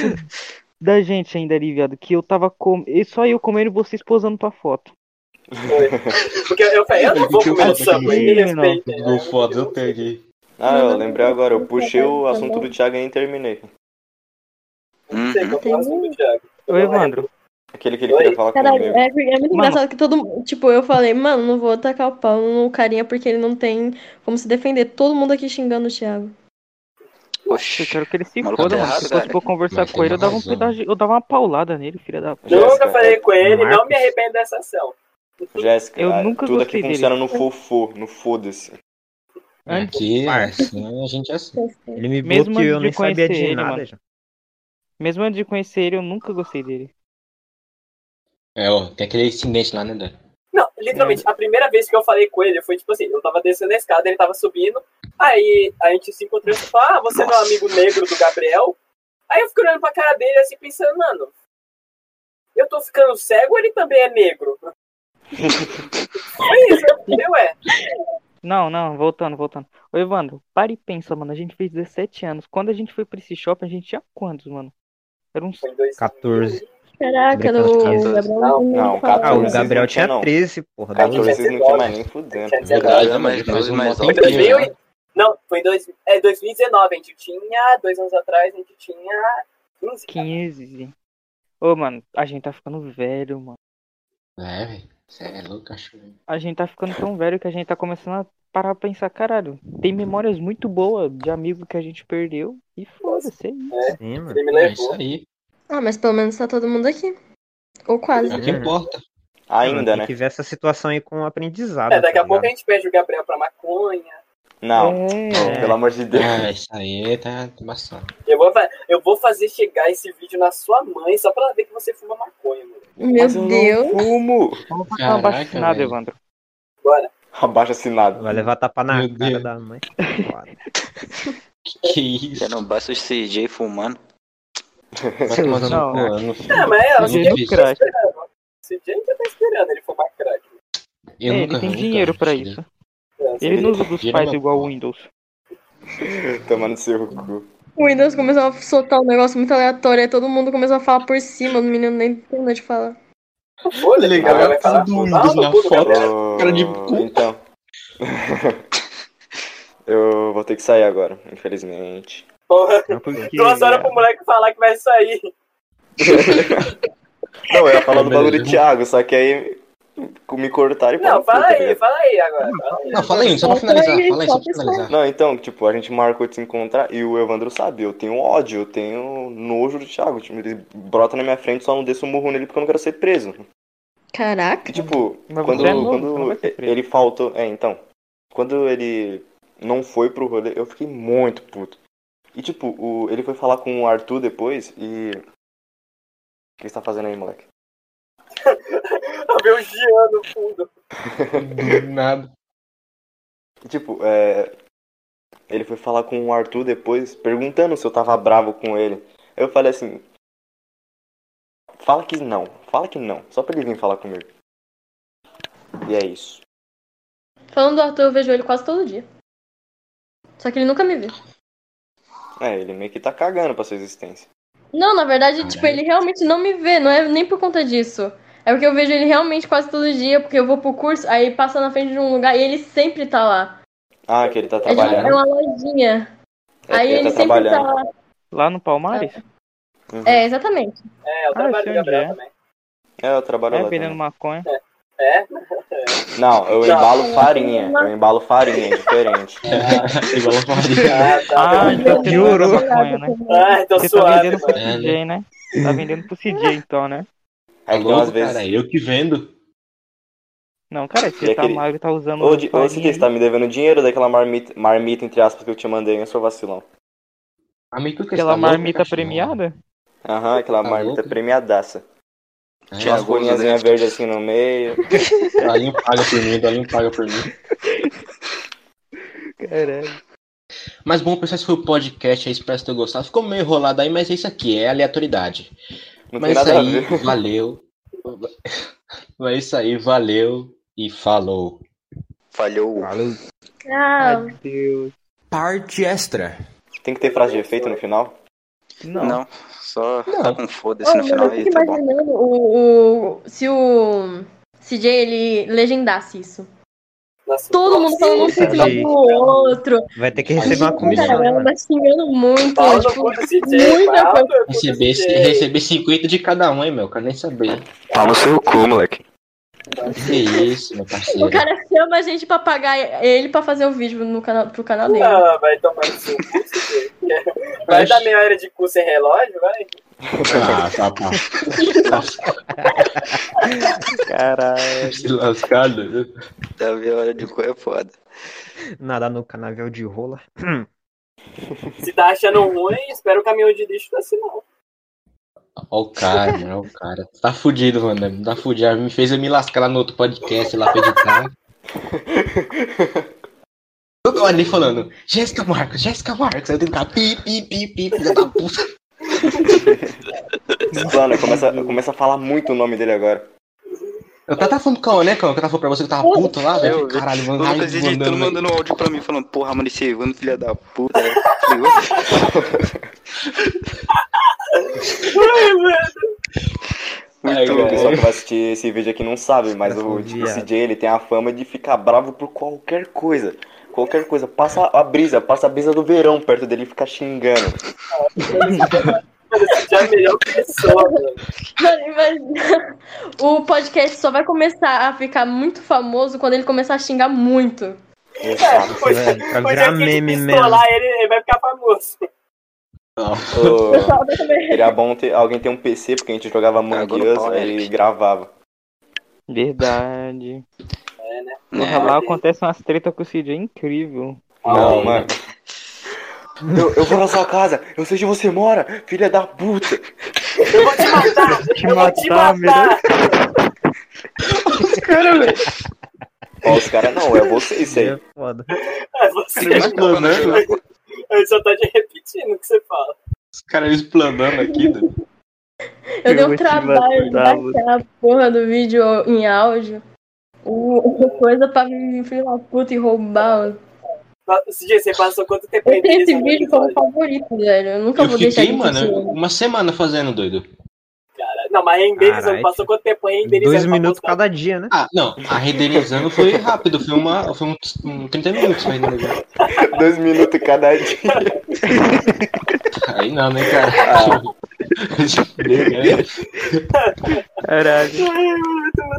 S3: da gente ainda ali, viado, que eu tava com... e Só eu comendo e vocês posando pra foto.
S4: Porque eu falei, eu não vou comer no Subway, me respeita.
S1: Google Fotos eu peguei.
S5: Ah, eu lembrei agora. Eu puxei o assunto do Thiago e nem terminei.
S4: Não sei,
S6: Uhum.
S4: qual foi o assunto do Thiago.
S3: Ô, Evandro,
S5: Aquele que ele queria falar
S7: Caralho,
S5: comigo.
S7: é, porque é muito
S3: Mano.
S7: engraçado que todo mundo. Tipo, eu falei, mano, não vou atacar o pau no carinha porque ele não tem como se defender. Todo mundo aqui xingando o Thiago.
S3: eu
S6: Oxi.
S3: quero que ele se
S6: Maluco
S3: foda,
S6: tá
S3: mano. Se
S6: errado,
S3: fosse
S6: cara.
S3: pra eu conversar
S1: Mas tem
S3: com ele, eu dava um
S1: razão.
S3: pedaço, de- eu dava uma paulada nele, filha da
S4: Nunca
S5: Jéssica,
S4: falei com ele, não me
S8: Marcos.
S4: arrependo dessa ação.
S5: é- Jéssica,
S3: Eu
S5: ah,
S3: nunca
S5: tudo
S3: gostei
S5: aqui
S3: dele.
S5: funciona no fofô, no foda-se.
S3: Antes-
S1: Aqui,
S8: Parça.
S1: assim, a gente é assim.
S8: Ele me
S3: Mesmo
S8: bloqueou, eu
S3: antes de
S8: nem sabia de
S3: conhecer ele,
S8: nada
S3: mano.
S8: já.
S3: Mesmo antes de conhecer ele, eu nunca gostei dele.
S1: É, ó, tem aquele incidente lá, né, Dan?
S4: Não, literalmente, a primeira vez que eu falei com ele foi tipo assim, eu tava descendo a escada, ele tava subindo, aí a gente se encontrou e ele falou, ah, você é meu
S6: Nossa.
S4: amigo negro do Gabriel? Aí eu fico olhando pra cara dele assim, pensando, mano, eu tô ficando cego, ele também é negro. Foi isso, É, eu falei, ué.
S3: Não, não, voltando, voltando. Ô, Evandro, para e pensa, mano. A gente fez 17 anos. Quando a gente foi pra esse shopping, a gente tinha quantos, mano? Era uns.
S4: Foi dois.
S8: 14.
S7: Caraca,
S8: Gabriel
S7: o
S8: tinha
S7: Gabriel é um
S4: Não,
S5: não,
S7: fala.
S8: Ah, o
S5: Vocês
S8: Gabriel
S5: não tinha,
S8: tinha
S5: não.
S8: 13, porra. dá
S5: Cara,
S8: um-
S5: vocês não tinham mais nem fudendo.
S4: Tinha
S1: Verdade, né,
S6: mais
S1: mano? Depois
S6: dois,
S1: um
S6: mais
S1: bom
S6: alto.
S1: tempinho, né?
S4: 2000 Não, foi em dois, é, 2019. A gente tinha, dois anos atrás, a gente tinha 15.
S3: 15. Ô, mano, a gente tá ficando velho, mano.
S1: É, velho. Você é louco, acho. velho.
S3: A gente tá ficando tão velho que a gente tá começando a parar pra pensar, caralho, tem memórias muito boas de amigo que a gente perdeu. E foda-se, é isso.
S8: Sim, mano.
S4: Ele me
S1: É isso
S4: levou.
S1: aí.
S7: Ah, mas pelo menos tá todo mundo aqui. Ou quase.
S1: É o que
S3: Hum.
S1: importa.
S5: Ainda,
S8: Tem
S5: né?
S8: que ver essa situação aí com aprendizado.
S4: É, daqui
S8: tá
S4: a pouco a
S8: ligado?
S4: gente perde o Gabriel pra maconha.
S5: Não.
S3: É.
S5: Não, Pelo amor de Deus.
S1: Ah, isso aí tá bastante.
S4: Eu vou, fa- eu vou fazer chegar esse vídeo na sua mãe só pra ela ver que você fuma maconha, mano.
S7: Meu
S5: Mas eu não
S7: Deus.
S5: fumo.
S3: Vamos fazer uma
S1: Caraca,
S3: vacinada,
S1: velho.
S3: Evandro.
S4: Bora.
S5: Abaixo assinado.
S8: Vai levar tapa na
S1: Meu
S8: cara
S1: Deus.
S8: da mãe. Foda.
S1: Que isso?
S6: Já não basta o CJ fumando.
S1: Vai tomar no
S3: Não,
S1: cu, eu não
S4: Ah, mas é,
S1: Eu
S4: ela
S1: nunca
S3: Ele
S1: vi
S3: no
S1: isso.
S3: crack.
S4: Esse dia a gente já tá esperando ele fumar crack.
S1: Eu
S3: É,
S1: nunca,
S3: ele tem
S1: nunca né?
S3: dinheiro pra
S1: tirei.
S3: isso.
S4: É,
S3: Ele não usa dos
S1: Dinheiro
S3: pais
S1: não,
S3: igual o
S1: pô.
S3: Windows.
S5: Tomando seu cu.
S7: O Windows começou a soltar um negócio muito aleatório. Aí todo mundo começou a falar por cima. O menino nem terminou de falar.
S1: Tá
S4: Olha,
S1: Legal,
S4: Gabriel vai falar,
S1: tudo
S4: "Pô,
S1: lindo
S4: fala no
S1: na
S4: cu do
S1: foto.
S4: Gabriel."
S1: Cara de cu.
S5: Então. Eu vou ter que sair agora, infelizmente.
S4: Porra,
S8: Mas por quê?
S4: Duas horas pro moleque falar que vai sair.
S5: Não, eu ia falar do
S1: Beleza.
S5: bagulho do Thiago, só que aí me cortaram e
S4: Não,
S5: falaram,
S4: fala
S5: "Puta,
S4: aí,
S5: ligado?"
S4: fala aí
S3: Ah,
S4: agora. fala aí.
S1: Não, fala aí, só pra finalizar. Fala aí, só pra finalizar.
S5: Não, então, tipo, a gente marcou de se encontrar e o Evandro sabe, eu tenho ódio, eu tenho nojo do Thiago. Tipo, ele brota na minha frente, só não desço um murro nele porque eu não quero ser preso.
S7: Caraca.
S5: E, tipo,
S3: Mas
S5: quando,
S3: você é novo, você não
S5: quando
S3: vai ser preso.
S5: ele faltou. É, então. Quando ele não foi pro rolê, eu fiquei muito puto. E, tipo, o, ele foi falar com o Arthur depois e. O que você tá fazendo aí, moleque?
S4: Tá vendo o Jean no fundo.
S1: Do nada.
S5: E, tipo, é. Ele foi falar com o Arthur depois, perguntando se eu tava bravo com ele. Eu falei assim. Fala que não, fala que não, só pra ele vir falar comigo. E é isso.
S7: Falando do Arthur, eu vejo ele quase todo dia. Só que ele nunca me vê.
S5: É, ele meio que tá cagando pra sua existência.
S7: Não, na verdade,
S1: Caralho.
S7: tipo, ele realmente não me vê, não é nem por conta disso. É porque eu vejo ele realmente quase todo dia, porque eu vou pro curso, aí passa na frente de um lugar e ele sempre tá lá.
S5: Ah, que ele tá
S7: É, de uma,
S5: trabalhando.
S7: é uma lojinha.
S5: É,
S7: aí
S5: ele
S7: ele
S5: tá
S7: sempre tá
S5: trabalhando.
S7: lá.
S3: Lá no Palmares?
S7: É, exatamente.
S4: É, eu
S3: Ah, eu
S4: trabalho
S3: sei
S4: do
S3: onde
S4: Gabriel
S3: é.
S4: também.
S5: É, eu trabalho
S3: É,
S5: lá
S3: vendendo
S5: também.
S3: maconha.
S4: É?
S5: Não, eu
S4: Não.
S5: embalo farinha. Eu embalo farinha, é diferente.
S1: Igual a Maria.
S4: Ah, tá.
S3: Ah, então você não usa
S8: Juro.
S3: maconha, né?
S4: Ah, tô
S3: Você tá
S4: suave,
S3: vendendo pro
S4: mano.
S1: mano.
S3: CJ, né? Tá vendendo pro CJ, então, né?
S5: É que tem
S1: Alô,
S5: umas
S1: cara,
S5: vezes.
S1: eu que vendo.
S3: Não, cara,
S5: E
S3: você tá
S5: aquele-
S3: magro e tá usando.
S5: Ô, Di- ô
S3: farinha
S5: Cid,
S3: aí.
S5: você tá me devendo dinheiro daquela marmita, marmita, entre aspas, que eu te mandei, hein, seu vacilão.
S1: Amigo, que
S3: Aquela
S1: você tá louco,
S3: marmita
S1: cachorro?
S3: premiada?
S5: Aham, aquela
S1: Tá
S5: marmita
S1: louco?
S5: premiadaça. Tinha umas
S1: É,
S6: Thiago,
S5: folhinhas
S6: né?
S5: verdes assim no meio.
S1: Dalinho paga por mim, Dalinho paga por mim.
S3: Caralho.
S1: Mas bom, pessoal, esse foi o podcast aí, espero que vocês tenham gostado. Ficou meio enrolado aí, mas é isso aqui, é aleatoriedade.
S5: Não tem
S1: mas é
S5: nada a
S1: aí,
S5: ver.
S1: valeu. Mas é isso aí, valeu e falou.
S6: Falhou.
S8: Falou.
S7: Ah,
S3: Adeus.
S1: Parte extra.
S5: Tem que ter frase de efeito no final?
S3: Não.
S6: Não, só
S1: Não.
S6: tá com foda-se
S7: eu
S6: no final
S7: fico
S6: aí, tá bom.
S7: imaginando o, o- se o CJ ele legendasse isso.
S4: Nossa,
S7: Todo mundo
S4: nossa,
S7: falando um
S4: sim,
S8: CJ.
S7: CJ
S4: cara.
S7: pro outro.
S8: Vai ter que
S1: Aí
S8: receber
S1: sim,
S8: uma comissão, né? hein,
S7: Cara, ela
S8: mano?
S7: tá xingando muito.
S4: Fala no
S7: tipo,
S4: cu do CJ,
S7: muita
S4: fala
S7: coisa.
S4: no cu do
S8: é
S1: Receber,
S4: CJ.
S1: receber 50 de cada um, hein, meu? Quero nem saber.
S4: é?
S6: Fala no seu cu, moleque.
S1: Que isso, meu parceiro.
S7: O cara chama a gente pra pagar ele pra fazer o vídeo no canal, pro canal dele.
S4: Ah, vai tomar no seu cu, CJ. Vai dar meia hora de cu sem relógio, vai.
S1: Ah, tá, tá.
S3: Caralho.
S1: Se lascado.
S6: Da minha hora de cu é foda.
S8: Nadar né? no canavial de rola.
S4: Se tá achando ruim, espera o caminhão de lixo dar sinal.
S1: Ó o cara, mano, ó o cara. Tá fudido, mano. Tá fudido. Já Me fez eu me lascar lá no outro podcast lá pra editar. Toda hora ele falando, Jéssica Marcos, Jéssica Marcos. Aí eu tentar pi, pi, pi, pi, filha da puta.
S5: Mano, começa, começa a falar muito o nome dele agora.
S1: Eu tava falando com o Cauã, né, Cauã? Que eu tava falando pra você que eu tava puto lá, velho.
S6: vi.
S1: Caralho,
S6: O
S1: mano. ai,
S6: Lucas editando,
S1: Um mandando, né?"
S6: mandando um áudio pra mim, falando, porra, mano, esse Evandro, filha da puta. né? Falei, "Ô". assim. Muito
S1: É.
S6: assim.
S5: O
S6: bom.
S5: pessoal que vai assistir esse vídeo aqui não sabe, mas
S1: um
S5: o, tipo, o CJ ele tem a fama de ficar bravo por qualquer coisa. Qualquer coisa. Passa a brisa, passa a brisa do verão perto dele e fica xingando.
S4: Você é a melhor pessoa, mano.
S7: Mano, imagina. O podcast só vai começar a ficar muito famoso quando ele começar a xingar muito.
S5: Exato.
S4: Pois é,
S8: Velho, pra
S4: pois
S8: virar
S4: é que
S8: meme
S4: se
S8: mesmo.
S4: pistolar ele, ele vai ficar famoso.
S5: Ô,
S7: Pessoal, vai comer.
S5: Seria bom ter, alguém ter um PC, porque a gente jogava Among
S6: Agora o
S5: Us
S6: pau, né,
S5: aí
S6: gente?
S5: e gravava.
S3: Verdade.
S6: É,
S3: Porra, lá acontece umas tretas com o Cid, é incrível.
S5: Não, mano. Eu, eu vou na sua casa, eu sei onde você mora, filha da puta.
S4: Eu vou te matar, eu vou te
S3: matar,
S4: matar.
S5: Ó, os caras não, é vocês aí.
S8: É foda.
S4: Mas É você
S1: tá
S6: Mas como eu não jogo?
S4: ele só tá te repetindo o que você fala.
S1: Os caras explanando aqui, né? velho.
S7: Eu dei
S3: vou
S7: um
S3: te
S7: trabalho de
S3: matar, mano.
S7: baixar a porra do vídeo em áudio. O- Coisa pra me filho da puta e roubar.
S4: Nossa, Esse dia você passou quanto tempo né?
S7: Eu tenho esse
S4: no
S7: vídeo como
S4: episódio?
S7: favorito, velho. Eu nunca
S1: É, Eu
S7: vou deixar
S1: fiquei,
S7: de
S1: mano,
S7: assistir.
S1: uma semana fazendo, doido.
S7: um
S4: Não, mas renderizando,
S8: Caralho.
S4: passou quanto tempo renderizando?
S8: Dois
S4: pra
S8: minutos
S4: postar?
S8: cada dia, né?
S1: Ah, não, a renderizando foi rápido, foi, uma, foi um, um 30 minutos pra renderizar.
S5: Dois minutos cada dia.
S1: Aí não, né, cara? Deu, né?
S3: Caralho.